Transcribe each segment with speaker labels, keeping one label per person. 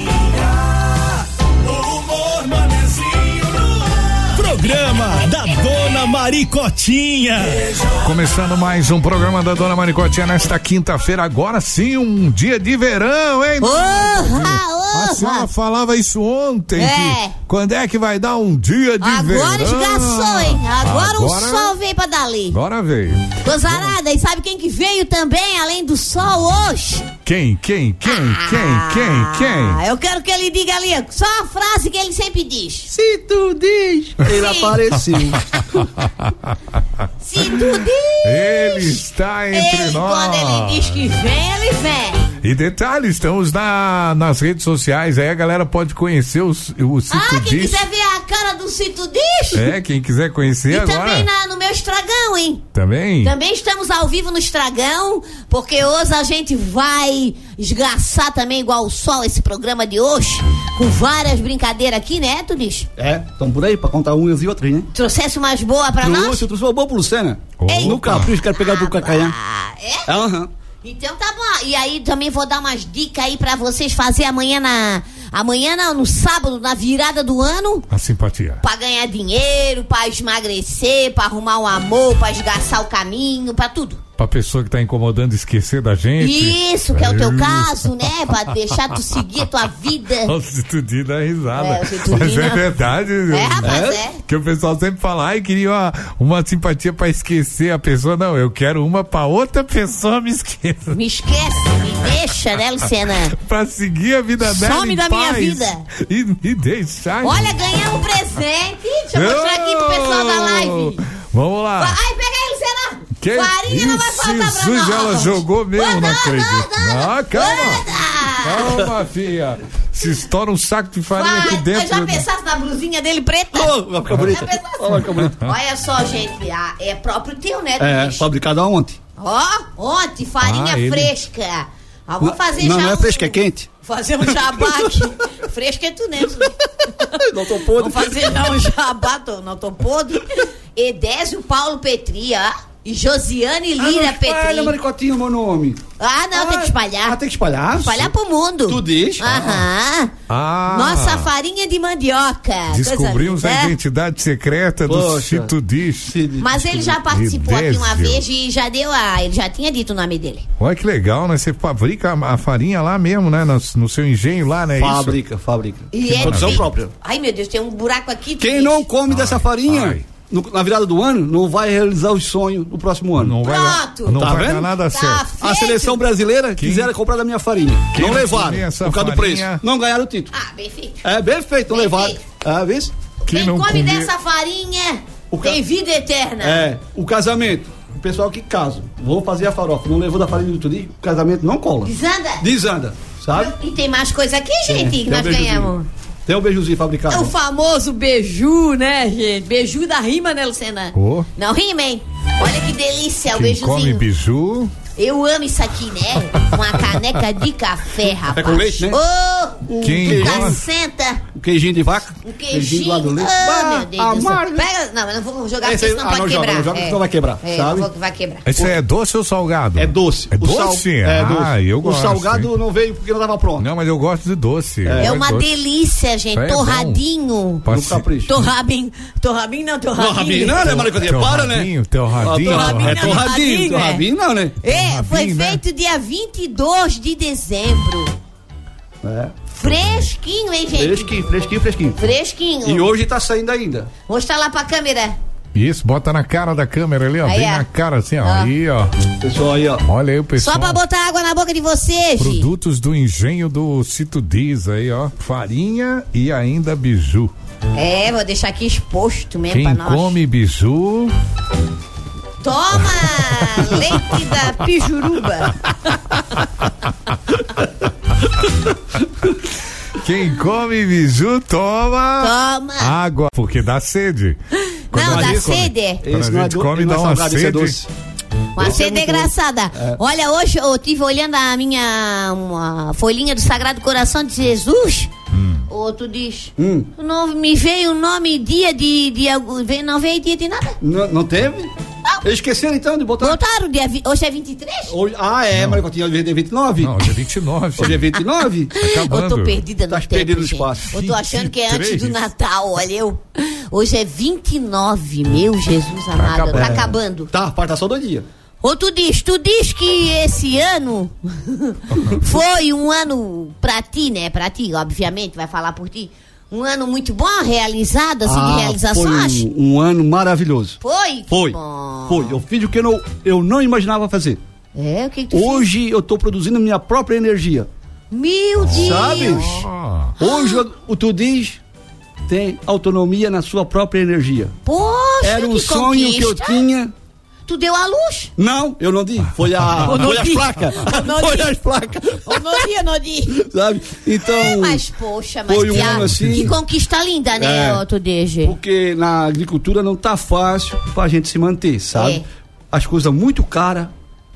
Speaker 1: Maricotinha. O humor manezinho no ar. Programa da Dona Maricotinha.
Speaker 2: Começando mais um programa da Dona Maricotinha nesta quinta-feira, agora sim, um dia de verão, hein?
Speaker 3: Porra,
Speaker 2: A senhora falava isso ontem,
Speaker 3: É.
Speaker 2: que quando é que vai dar um dia de verão?
Speaker 3: Agora esgaçou, hein? Agora, o
Speaker 2: Agora-
Speaker 3: sol veio pra dali.
Speaker 2: Agora veio.
Speaker 3: Gozarada, e sabe quem que veio também, além do sol, hoje?
Speaker 2: Quem, quem, quem, quem, quem,
Speaker 3: Ah,
Speaker 2: quem?
Speaker 3: eu quero que ele diga ali só a frase que ele sempre diz.
Speaker 4: Se tu diz, ele
Speaker 3: Sim.
Speaker 4: apareceu.
Speaker 3: Se tu diz...
Speaker 2: Ele está entre
Speaker 3: Ele, quando
Speaker 2: nós.
Speaker 3: ele diz que vem, ele vem.
Speaker 2: E detalhe, estamos na, nas redes sociais, aí a galera pode conhecer os, o Cito
Speaker 3: Ah, quem
Speaker 2: Diz.
Speaker 3: quiser ver a cara do Se tu diz...
Speaker 2: É, quem quiser conhecer
Speaker 3: E
Speaker 2: agora.
Speaker 3: também na- no meu estragão, hein?
Speaker 2: Também?
Speaker 3: Também estamos ao vivo no Estragão, porque hoje a gente vai esgaçar também igual o sol esse programa de hoje, com várias brincadeiras aqui, né, Tunis?
Speaker 4: É, estão por aí pra contar umas e outras, né?
Speaker 3: Trouxesse umas boas pra nós?
Speaker 4: Trouxe, eu trouxe uma boa pro Lucena.
Speaker 2: Ei.
Speaker 4: No capricho, quero pegar do Cacanhã.
Speaker 3: Ah, é?
Speaker 4: Aham.
Speaker 3: Então tá bom. E aí também vou dar umas dicas aí pra vocês fazer amanhã na... Amanhã não, no sábado, na virada do ano,
Speaker 2: A simpatia.
Speaker 3: pra ganhar dinheiro, pra emagrecer, pra arrumar um amor, pra esgaçar o caminho, pra tudo.
Speaker 2: Pra pessoa que tá incomodando esquecer da gente.
Speaker 3: Isso, que é o teu
Speaker 2: Isso.
Speaker 3: caso, né? Pra deixar tu seguir a tua vida.
Speaker 2: Nossa, tu diz dá risada.
Speaker 3: É, se tu
Speaker 2: Mas
Speaker 3: diz,
Speaker 2: é
Speaker 3: não.
Speaker 2: verdade.
Speaker 3: É, rapaz, é.
Speaker 2: Que o pessoal sempre fala, ai, queria uma, uma simpatia pra esquecer a pessoa. Não, eu quero uma pra outra pessoa me esquecer.
Speaker 3: Me esquece, me deixa, né, Luciana?
Speaker 2: pra seguir a vida dela.
Speaker 3: Some
Speaker 2: em
Speaker 3: da minha
Speaker 2: paz
Speaker 3: vida.
Speaker 2: E me deixar.
Speaker 3: Olha, ganhamos um presente. Deixa eu mostrar aqui pro pessoal da live. É,
Speaker 2: Vamos lá.
Speaker 3: Ai, pega aí, Luciana.
Speaker 2: Que
Speaker 3: Farinha não vai
Speaker 2: isso,
Speaker 3: faltar pra nós.
Speaker 2: Suzy, ela jogou mesmo,
Speaker 3: Ô,
Speaker 2: não acredito. Ah, calma.
Speaker 3: Anda.
Speaker 2: Calma, filha. Se estoura um saco de farinha
Speaker 3: Vai,
Speaker 2: aqui
Speaker 3: mas
Speaker 2: dentro.
Speaker 3: já pensasse na blusinha dele preta?
Speaker 4: Ô, vai ficar
Speaker 3: Já
Speaker 4: bonita.
Speaker 3: pensasse?
Speaker 4: Ó, vai ficar bonita.
Speaker 3: Olha só, gente, ah, é próprio teu, né?
Speaker 4: É,
Speaker 3: Tunis?
Speaker 4: fabricada ontem.
Speaker 3: Ó, ontem, farinha
Speaker 2: Ah, ele-
Speaker 3: fresca. Ah, vamos fazer
Speaker 4: Não,
Speaker 3: já
Speaker 4: não é
Speaker 3: um-
Speaker 4: fresca, é quente.
Speaker 3: Fazer um jabá aqui. Fresca é tu, né?
Speaker 4: Não tô podre.
Speaker 3: Vamos fazer já um jabá, tô, não tô podre. Edésio Paulo Petri, ó. E Josiane
Speaker 4: Ah, não
Speaker 3: Lira Petri.
Speaker 4: Espalha, maricotinho, meu nome.
Speaker 3: Ah, não, tem que espalhar.
Speaker 4: Ah, tem que espalhar?
Speaker 3: Espalhar pro mundo.
Speaker 4: Tu diz?
Speaker 3: Aham.
Speaker 2: Ah.
Speaker 3: Nossa farinha de mandioca.
Speaker 2: Descobrimos
Speaker 3: Coisa
Speaker 2: a
Speaker 3: linda.
Speaker 2: identidade secreta do
Speaker 4: Poxa.
Speaker 2: Cito Diz.
Speaker 4: Se diz.
Speaker 3: Mas ele já participou aqui uma
Speaker 2: Edésio.
Speaker 3: vez e já deu a. Ele já tinha dito o nome dele.
Speaker 2: Olha que legal, né? Você fabrica a, a farinha lá mesmo, né? No, no seu engenho lá, né? Isso.
Speaker 4: Fabrica, fabrica.
Speaker 3: E é
Speaker 4: Produção
Speaker 3: bem-
Speaker 4: própria.
Speaker 3: Ai, meu Deus, tem um buraco aqui.
Speaker 4: Quem
Speaker 3: Tunis.
Speaker 4: não come dessa farinha
Speaker 2: ai.
Speaker 4: no- na virada do ano, não vai realizar os sonhos no próximo ano.
Speaker 2: Não vai, dar-
Speaker 3: Pronto.
Speaker 2: não
Speaker 4: Tá
Speaker 2: vai dar
Speaker 4: vendo?
Speaker 2: nada
Speaker 3: Tá
Speaker 2: certo.
Speaker 4: A
Speaker 3: feito.
Speaker 4: seleção brasileira quiseram comprar da minha farinha.
Speaker 2: Quem
Speaker 4: não
Speaker 2: não
Speaker 4: levaram.
Speaker 2: comer essa
Speaker 4: Por causa do preço.
Speaker 2: farinha-
Speaker 4: Não ganharam o título.
Speaker 3: Ah, bem feito.
Speaker 4: É bem feito, não
Speaker 3: Bem
Speaker 4: levaram.
Speaker 3: feito.
Speaker 4: Ah, vê isso?
Speaker 2: Quem
Speaker 3: Quem
Speaker 2: não
Speaker 3: come
Speaker 2: comer-
Speaker 3: dessa farinha
Speaker 4: O ca-
Speaker 3: tem vida eterna.
Speaker 4: É, o casamento. O pessoal que casa, vou fazer a farofa, não levou da farinha do tudinho, o casamento não cola.
Speaker 3: Desanda.
Speaker 4: Desanda, sabe?
Speaker 3: E tem mais coisa aqui,
Speaker 4: É,
Speaker 3: gente,
Speaker 4: tem
Speaker 3: que
Speaker 4: o
Speaker 2: um
Speaker 3: nós
Speaker 4: beijuzinho.
Speaker 3: ganhamos.
Speaker 4: Tem o beijuzinho
Speaker 3: É o
Speaker 4: fabricado.
Speaker 3: famoso beiju, né, gente? Beiju da rima, né, Luciana?
Speaker 2: Ô.
Speaker 3: Não rima, hein? Olha que delícia o
Speaker 2: Quem
Speaker 3: beijuzinho.
Speaker 2: come biju,
Speaker 3: Eu amo isso aqui, né? Uma caneca de café, rapaz.
Speaker 4: com leite, né?
Speaker 3: Ô,
Speaker 4: o
Speaker 2: Quem gosta?
Speaker 3: Cacenta.
Speaker 4: O queijinho de vaca.
Speaker 3: Um
Speaker 4: Queijinho do
Speaker 3: queijinho.
Speaker 4: aduleiro.
Speaker 3: Ah, meu Deus do céu.
Speaker 4: amargo.
Speaker 3: Pega, não, eu não vou jogar
Speaker 4: Esse
Speaker 3: porque
Speaker 4: aí-
Speaker 3: senão
Speaker 4: ah,
Speaker 3: pode
Speaker 4: não joga,
Speaker 3: quebrar.
Speaker 4: não joga,
Speaker 3: é.
Speaker 4: senão vai quebrar,
Speaker 3: É,
Speaker 4: sabe?
Speaker 3: vou- vai quebrar.
Speaker 2: Isso é doce ou salgado?
Speaker 4: É doce.
Speaker 2: É
Speaker 4: O sal-
Speaker 2: doce?
Speaker 4: é doce.
Speaker 2: Ah, eu gosto.
Speaker 4: O salgado não veio porque não tava pronto.
Speaker 2: Não, mas eu gosto de doce.
Speaker 3: É,
Speaker 4: um
Speaker 2: Eu gosto
Speaker 3: uma
Speaker 2: de doce.
Speaker 3: delícia, gente.
Speaker 2: É bom.
Speaker 3: torradinho.
Speaker 2: Pode
Speaker 4: No
Speaker 2: ser-
Speaker 4: capricho.
Speaker 3: Torrabinho. Torrabinho não, torrabinho.
Speaker 4: Torrabinho não, né, Maricotinha?
Speaker 2: Teu
Speaker 4: Para, né?
Speaker 2: rabinho, teu rabinho,
Speaker 3: torrabinho
Speaker 4: Ah, É
Speaker 3: não,
Speaker 4: torradinho,
Speaker 3: torradinho,
Speaker 4: torradinho não, né?
Speaker 3: É, foi
Speaker 2: Torrabinho, né?
Speaker 3: feito dia 22 de dezembro.
Speaker 4: É.
Speaker 3: Fresquinho, hein, gente?
Speaker 4: Fresquinho, fresquinho, fresquinho.
Speaker 3: Fresquinho.
Speaker 4: E hoje tá saindo ainda.
Speaker 3: Vou estar lá pra câmera.
Speaker 2: Isso, bota na cara da câmera ali, ó.
Speaker 3: Aí,
Speaker 2: bem
Speaker 3: ó.
Speaker 2: na cara, assim, ó.
Speaker 3: Ó.
Speaker 2: Aí, ó.
Speaker 4: Pessoal aí, ó.
Speaker 2: Olha aí o pessoal.
Speaker 3: Só pra botar água na boca de vocês. Gi.
Speaker 2: Produtos do engenho do Cito Diz aí, ó. Farinha e ainda biju.
Speaker 3: É, vou deixar aqui exposto mesmo
Speaker 2: Quem
Speaker 3: pra nós.
Speaker 2: come biju.
Speaker 3: Toma! leite da pijuruba.
Speaker 2: Quem come biju, toma.
Speaker 3: Toma.
Speaker 2: Água, porque dá sede. Quando
Speaker 3: Não,
Speaker 2: a
Speaker 3: dá
Speaker 2: gente come-
Speaker 3: sede.
Speaker 2: Quando
Speaker 4: Esse não
Speaker 2: a
Speaker 4: é
Speaker 2: gente
Speaker 4: do-
Speaker 2: come,
Speaker 4: não é
Speaker 2: dá uma
Speaker 4: salgado, esse é
Speaker 2: sede.
Speaker 4: doce.
Speaker 3: Uma
Speaker 4: Esse é
Speaker 3: sede
Speaker 4: muito bom.
Speaker 3: engraçada.
Speaker 2: É.
Speaker 3: Olha, hoje eu tive olhando a minha uma folhinha do Sagrado Coração de Jesus.
Speaker 2: Hum.
Speaker 3: Ou tu diz,
Speaker 4: Hum,
Speaker 3: não me veio nome e dia de, de algum- veio- não veio dia de nada.
Speaker 4: Não, não teve? Eles esqueceram então de botar.
Speaker 3: Botaram dia, vi- hoje é 23?
Speaker 4: Hoje- ah, é, Maricotinha, hoje é 29?
Speaker 2: Não, hoje é 29.
Speaker 4: Hoje é 29?
Speaker 3: Eu tô
Speaker 2: Tá Acabando.
Speaker 3: perdida no
Speaker 4: Tá
Speaker 3: tempo,
Speaker 4: perdida no
Speaker 3: gente.
Speaker 4: espaço.
Speaker 3: Eu tô achando que é antes
Speaker 2: 23.
Speaker 3: do Natal, olha eu. Hoje é 29, meu Jesus amado, tá
Speaker 2: acabando.
Speaker 3: acabando.
Speaker 4: Tá, falta só dois dias.
Speaker 3: Ou tu diz, tu diz que esse ano foi um ano pra ti, né? Pra ti, obviamente, vai falar por ti. Um ano muito bom, realizado, assim, de realizações.
Speaker 4: Ah, foi um, um ano maravilhoso.
Speaker 3: Foi?
Speaker 4: Foi.
Speaker 3: Bom.
Speaker 4: Foi. Eu fiz o que eu não, eu não imaginava fazer.
Speaker 3: É, o que, que tu fez?
Speaker 4: Hoje eu tô produzindo minha própria energia.
Speaker 3: Meu Deus!
Speaker 4: Sabe?
Speaker 2: Ó.
Speaker 4: Hoje eu- o tu diz tem autonomia na sua própria energia.
Speaker 3: Poxa,
Speaker 4: Era um
Speaker 3: que
Speaker 4: sonho que eu
Speaker 3: conquista.
Speaker 4: tinha.
Speaker 3: Tu deu à luz?
Speaker 4: Não, eu não disse. Foi a,
Speaker 3: Ô,
Speaker 4: foi a
Speaker 3: Nodinho.
Speaker 4: placa.
Speaker 3: Ô, Nodinho.
Speaker 4: Foi as placas.
Speaker 3: Ou não dia, não dia?
Speaker 4: Sabe? Então.
Speaker 3: É, mas poxa, mas
Speaker 4: Foi um
Speaker 3: que,
Speaker 4: ano
Speaker 3: a-
Speaker 4: assim.
Speaker 3: que conquista linda, né,
Speaker 4: É.
Speaker 3: ô, tu DG?
Speaker 4: Porque na agricultura não tá fácil pra gente se manter, sabe?
Speaker 3: É.
Speaker 4: As coisas muito caras,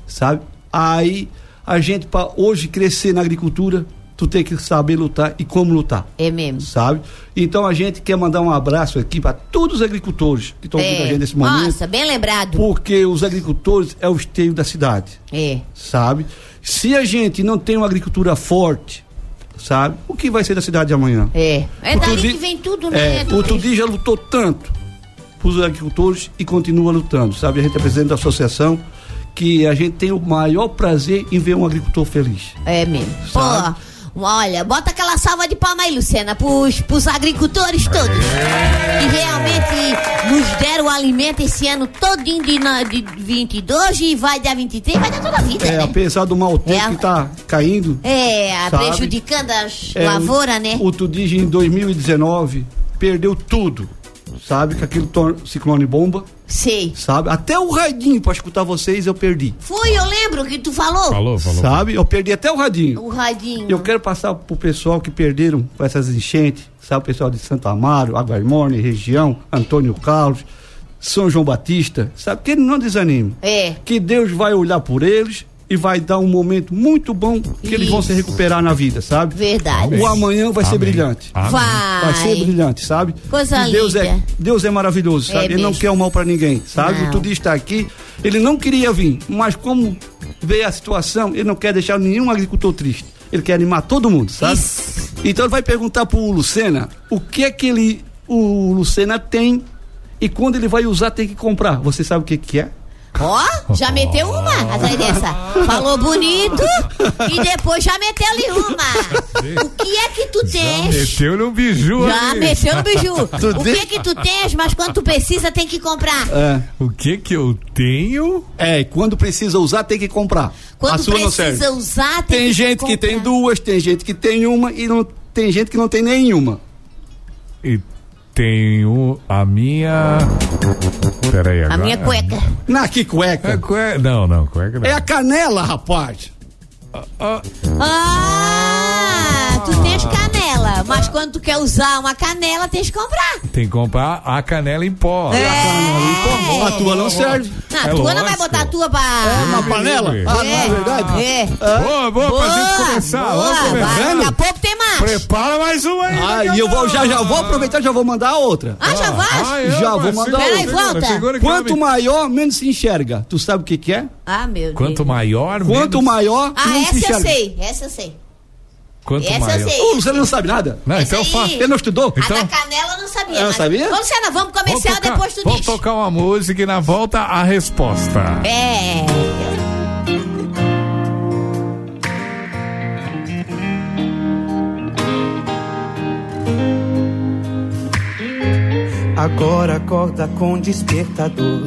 Speaker 4: sabe? Aí a gente, pra hoje crescer na agricultura, tu tem que saber lutar e como lutar.
Speaker 3: É mesmo.
Speaker 4: Sabe? Então a gente quer mandar um abraço aqui pra todos os agricultores que estão ouvindo a
Speaker 3: É.
Speaker 4: gente nesse momento.
Speaker 3: Nossa, bem lembrado.
Speaker 4: Porque os agricultores é o esteio da cidade,
Speaker 3: É.
Speaker 4: sabe? Se a gente não tem uma agricultura forte, sabe? O que vai ser da cidade de amanhã?
Speaker 3: É. É
Speaker 4: O
Speaker 3: dali
Speaker 4: Tudi-
Speaker 3: que vem tudo, né?
Speaker 4: É,
Speaker 3: do
Speaker 4: o
Speaker 3: Cristo.
Speaker 4: Tudi já lutou tanto pros agricultores e continua lutando, sabe? A gente é presidente da associação que a gente tem o maior prazer em ver um agricultor feliz.
Speaker 3: É mesmo.
Speaker 4: Sabe?
Speaker 3: Pô, olha, bota aquela salva de palma aí, Luciana, pros, pros agricultores todos. Que realmente nos deram o alimento esse ano todinho de, na- de 22 e vai dar 23, vai dar toda a vida,
Speaker 4: É,
Speaker 3: né?
Speaker 4: apesar do mau tempo
Speaker 3: É.
Speaker 4: que tá caindo.
Speaker 3: É, a
Speaker 4: Sabe?
Speaker 3: prejudicando as
Speaker 4: é,
Speaker 3: lavouras, né?
Speaker 4: O Tudi em 2019 perdeu tudo, sabe? Com aquele tor- ciclone bomba,
Speaker 3: Sei.
Speaker 4: sabe? Até o radinho pra escutar vocês eu perdi.
Speaker 3: Foi, eu lembro que tu falou.
Speaker 2: Falou, falou.
Speaker 4: Sabe? Eu perdi até o radinho.
Speaker 3: O radinho.
Speaker 4: Eu quero passar pro pessoal que perderam com essas enchentes, sabe? O pessoal de Santo Amaro, Aguarmone, região, Antônio Carlos, São João Batista, sabe? Que não desanime.
Speaker 3: É.
Speaker 4: Que Deus vai olhar por eles e vai dar um momento muito bom que eles vão se
Speaker 3: Isso.
Speaker 4: recuperar na vida, sabe?
Speaker 3: Verdade.
Speaker 4: O amanhã vai ser
Speaker 2: Amém.
Speaker 4: brilhante.
Speaker 2: Amém.
Speaker 3: Vai.
Speaker 4: Vai ser brilhante, sabe?
Speaker 3: Coisa
Speaker 4: E Deus é
Speaker 3: linda.
Speaker 4: Deus é maravilhoso,
Speaker 3: É
Speaker 4: sabe? ele não
Speaker 3: mesmo.
Speaker 4: quer o mal pra ninguém, sabe?
Speaker 3: Não.
Speaker 4: O Tudi está aqui, ele não queria vir, mas como vê a situação, ele não quer deixar nenhum agricultor triste. Ele quer animar todo mundo, sabe?
Speaker 3: Isso.
Speaker 4: Então ele vai perguntar pro Lucena o que é que ele o Lucena tem e quando ele vai usar tem que comprar. Você sabe o que que é?
Speaker 3: Ó, já meteu uma atrás dessa. Falou bonito e depois já meteu ali uma. O que é que tu
Speaker 2: Já
Speaker 3: tens?
Speaker 2: meteu no biju
Speaker 3: Já
Speaker 2: aí.
Speaker 3: meteu no biju. O que
Speaker 4: tem?
Speaker 3: é que tu tens, mas quando tu precisa tem que comprar.
Speaker 4: É,
Speaker 2: O que que eu tenho?
Speaker 4: é quando precisa usar tem que comprar. a
Speaker 3: Quando
Speaker 4: sua não serve.
Speaker 3: precisa usar tem,
Speaker 4: Tem
Speaker 3: que
Speaker 4: gente que tem
Speaker 3: comprar.
Speaker 4: duas, tem gente que tem uma e não tem gente que não tem nenhuma.
Speaker 2: E tenho a minha. Peraí, agora.
Speaker 3: A minha cueca.
Speaker 4: Na que
Speaker 2: É
Speaker 4: cueca?
Speaker 2: cueca. Não, não, cueca não.
Speaker 4: É a canela, rapaz.
Speaker 3: Ah, tu tens canela, mas quando tu quer usar uma canela tens que comprar.
Speaker 2: Tem que comprar a canela em pó.
Speaker 4: Então, a tua não serve.
Speaker 3: É. Não,
Speaker 2: É
Speaker 3: tu não vai
Speaker 2: lógico.
Speaker 3: botar a tua pra...
Speaker 4: Na panela?
Speaker 2: É.
Speaker 4: Ah, não é verdade?
Speaker 3: É.
Speaker 2: Boa, boa, pra gente começar.
Speaker 3: boa,
Speaker 2: vamos
Speaker 3: vai,
Speaker 2: começando.
Speaker 3: Daqui a pouco tem mais.
Speaker 2: Prepara mais uma aí.
Speaker 4: Ah, e eu vou, já, já vou aproveitar, já vou mandar outra.
Speaker 3: Ah, já vai?
Speaker 2: Ah, é,
Speaker 4: já vou
Speaker 2: mas
Speaker 4: mandar
Speaker 2: segura,
Speaker 3: Peraí,
Speaker 4: outra.
Speaker 2: segura,
Speaker 3: volta.
Speaker 2: segura que
Speaker 4: Quanto
Speaker 2: eu-
Speaker 4: maior, menos se enxerga. Tu sabe o que que é?
Speaker 3: Ah, meu
Speaker 2: Quanto
Speaker 3: Deus.
Speaker 2: maior,
Speaker 4: Quanto um
Speaker 2: menos-
Speaker 4: maior,
Speaker 3: Ah,
Speaker 4: menos se
Speaker 3: essa eu
Speaker 4: enxerga.
Speaker 3: sei, essa eu sei.
Speaker 2: Quanto
Speaker 3: essa
Speaker 2: maior.
Speaker 3: eu sei.
Speaker 4: Ô, Luciana não sabe nada?
Speaker 2: Não,
Speaker 3: Essa
Speaker 2: então
Speaker 3: aí.
Speaker 2: fala.
Speaker 4: Ele não estudou?
Speaker 3: A
Speaker 2: Então-
Speaker 3: da canela eu não sabia.
Speaker 4: Eu não
Speaker 3: mas-
Speaker 4: sabia?
Speaker 3: Ô, Luciana, vamos comercial
Speaker 2: Vamos tocar-
Speaker 3: depois tu
Speaker 2: Vamos
Speaker 3: diz.
Speaker 2: tocar uma música e na volta a resposta.
Speaker 3: É.
Speaker 5: Agora acorda com despertador.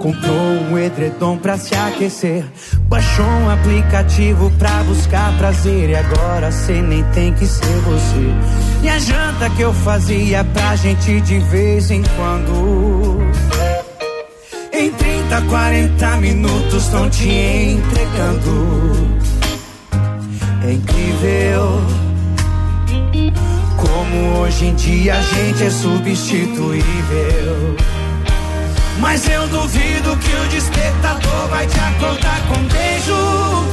Speaker 5: Comprou um edredom pra se aquecer. Baixou um aplicativo pra buscar prazer. E agora cê nem tem que ser você. E a janta que eu fazia pra gente de vez em quando. Em 30, 40 minutos estão te entregando. É incrível. Como hoje em dia a gente é substituível. Mas eu duvido que o despertador vai te acordar com beijo.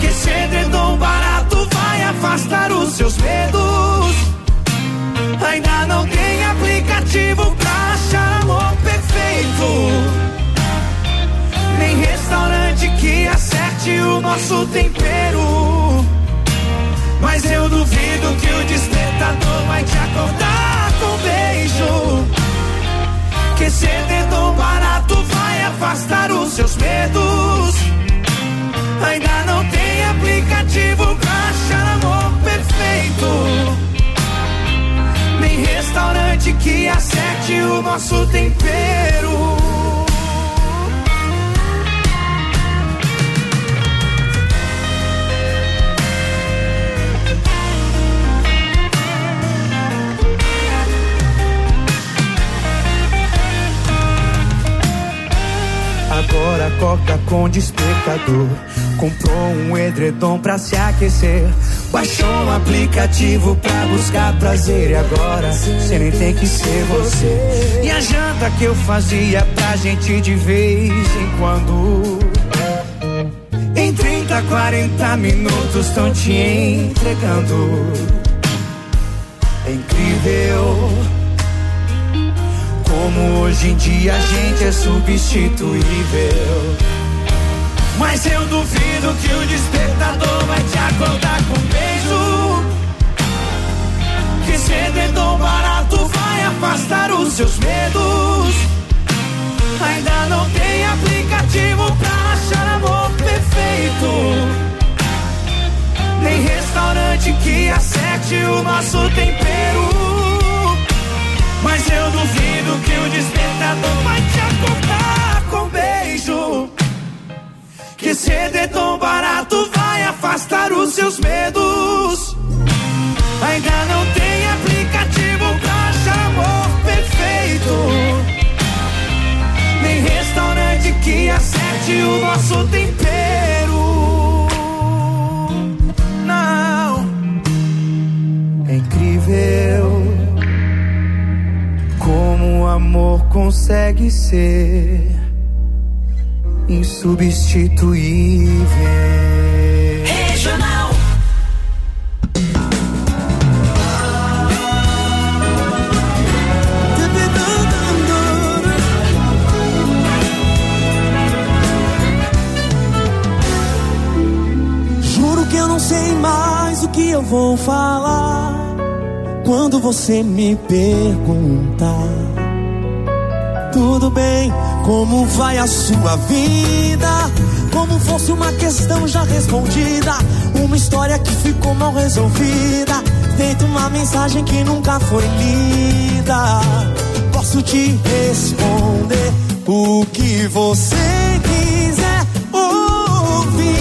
Speaker 5: Que esse edredom barato vai afastar os seus medos. Ainda não tem aplicativo pra achar amor perfeito. Nem restaurante que acerte o nosso tempero. Mas eu duvido que o despertador vai te acordar com um beijo. Que esse dedão barato vai afastar os seus medos. Ainda não tem aplicativo pra achar amor perfeito. Nem restaurante que acerte o nosso tempero. Agora coca com despertador. Comprou um edredom pra se aquecer. Baixou um aplicativo pra buscar prazer. E agora cê nem tem que ser você. E a janta que eu fazia pra gente de vez em quando. Em 30, 40 minutos estão te entregando. É incrível. Como hoje em dia a gente é substituível. Mas eu duvido que o despertador vai te acordar com um beijo. Que cededor barato vai afastar os seus medos. Ainda não tem aplicativo pra achar amor perfeito. Nem restaurante que acerte o nosso tempero. Mas eu duvido que o despertador vai te acordar com beijo. Que esse dedão barato vai afastar os seus medos. Ainda não tem aplicativo pra achar amor perfeito. Nem restaurante que acerte o nosso tempero. Não, é incrível como o amor consegue ser insubstituível.
Speaker 6: Regional.
Speaker 7: Juro que eu não sei mais o que eu vou falar quando você me perguntar. Tudo bem, como vai a sua vida? Como fosse uma questão já respondida, uma história que ficou mal resolvida, feito uma mensagem que nunca foi lida. Posso te responder o que você quiser ouvir.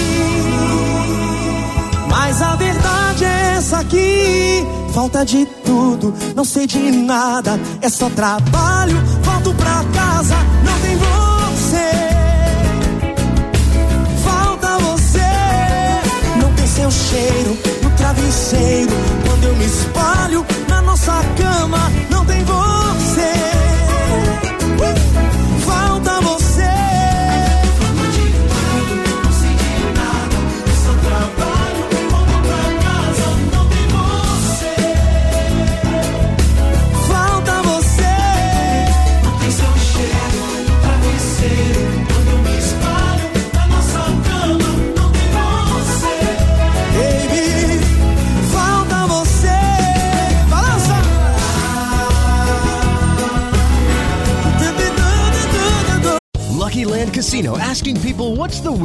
Speaker 7: Mas a verdade é essa aqui. Falta de tudo, não sei de nada. É só trabalho, volto pra casa, não tem você. Falta você, não tem seu cheiro no travesseiro. Quando eu me espalho na nossa cama, não tem você. Uh! Falta você. Falta de tudo, não sei de nada. É só trabalho, volto pra casa, não tem
Speaker 8: Lucky Land Casino asking people what's the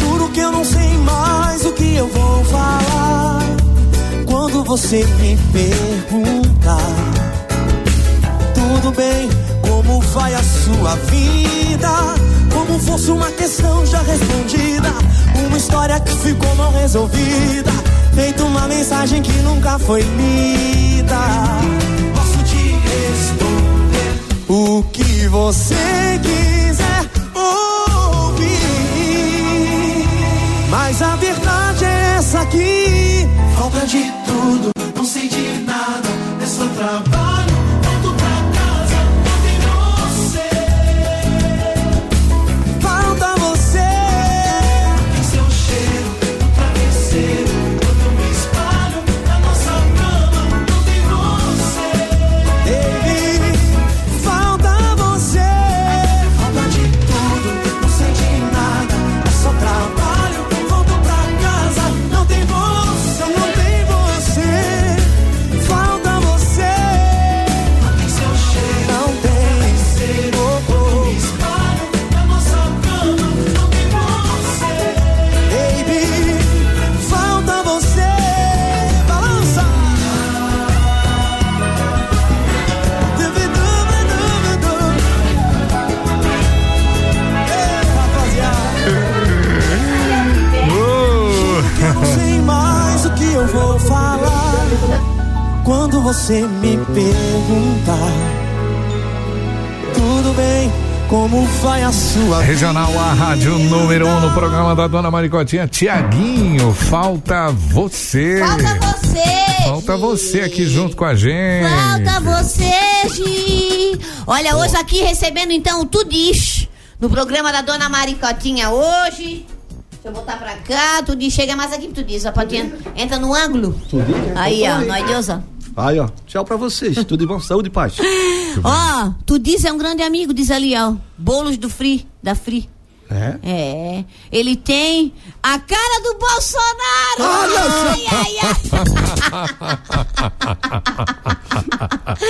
Speaker 7: Juro que eu não sei mais o que eu vou falar quando você me perguntar. Tudo bem, como vai a sua vida? Como fosse uma questão já respondida, uma história que ficou mal resolvida, feito uma mensagem que nunca foi lida. Posso te responder o que você quiser ouvir. Mas a verdade é essa aqui. Falta de tudo, não sei de nada. É só trabalho, volto pra casa, volto em você. Falta você. Seu cheiro, o travesseiro. Quando me espalho na nossa cama, não tem você. Baby, falta você. Falta de tudo, não sei de nada. É só trabalho, volto pra casa. Não tem você, não tem você. Falta você. Não tem seu cheiro, não tem ser. Quando me espalho na nossa cama, não tem você. Baby, falta você. Balança.
Speaker 2: Uh!
Speaker 7: Eu não sei mais o que eu vou falar quando você me perguntar. Tudo bem, como vai a sua
Speaker 2: Regional A Rádio número 1 um no programa da Dona Maricotinha. Tiaguinho, falta você.
Speaker 3: Falta você.
Speaker 2: Falta você aqui junto com a gente.
Speaker 3: Falta você, Gi. Olha, hoje aqui recebendo então o Tudis no programa da Dona Maricotinha hoje. Deixa eu botar pra cá, Tudis, chega mais aqui, Tudis, ó, pode en- entra no ângulo.
Speaker 4: Tudis, né?
Speaker 3: Aí, ó,
Speaker 4: Tudis.
Speaker 3: nós Deus, ó.
Speaker 4: Aí, ó, tchau pra vocês. Tudo de bom, saúde e paz.
Speaker 3: Ó, Tudis é um grande amigo, diz ali, ó, bolos do Free, da Free.
Speaker 4: É?
Speaker 3: É, ele tem a cara do Bolsonaro! ai, ai, ai!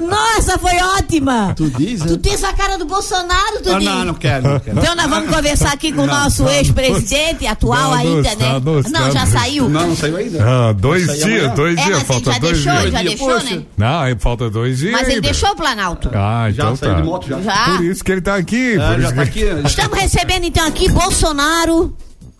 Speaker 3: Nossa, foi ótima!
Speaker 4: Tu diz,
Speaker 3: Tu tens a cara do Bolsonaro, tu
Speaker 4: Ah,
Speaker 3: diz?
Speaker 4: não, não quero, não quero.
Speaker 3: Então nós vamos conversar aqui com o
Speaker 4: Não,
Speaker 3: nosso
Speaker 4: não,
Speaker 3: ex-presidente, atual
Speaker 2: não,
Speaker 3: ainda,
Speaker 2: não,
Speaker 3: né?
Speaker 2: não,
Speaker 3: Não, já
Speaker 2: não.
Speaker 3: saiu.
Speaker 4: Não, não saiu ainda.
Speaker 2: Ah, dois
Speaker 4: Isso aí
Speaker 2: dias,
Speaker 4: amanhã.
Speaker 2: dois
Speaker 3: É,
Speaker 2: dias,
Speaker 3: mas ele
Speaker 2: falta
Speaker 3: já
Speaker 2: dois
Speaker 3: deixou,
Speaker 2: dias.
Speaker 3: já deixou, né?
Speaker 2: Não, aí falta dois dias.
Speaker 3: Mas ele
Speaker 2: ainda.
Speaker 3: deixou o Planalto.
Speaker 2: Ah, então
Speaker 4: Já saiu
Speaker 2: tá.
Speaker 4: de moto, já. É,
Speaker 3: Já.
Speaker 2: Por isso que ele tá aqui. por isso que-
Speaker 3: Estamos recebendo então aqui Bolsonaro,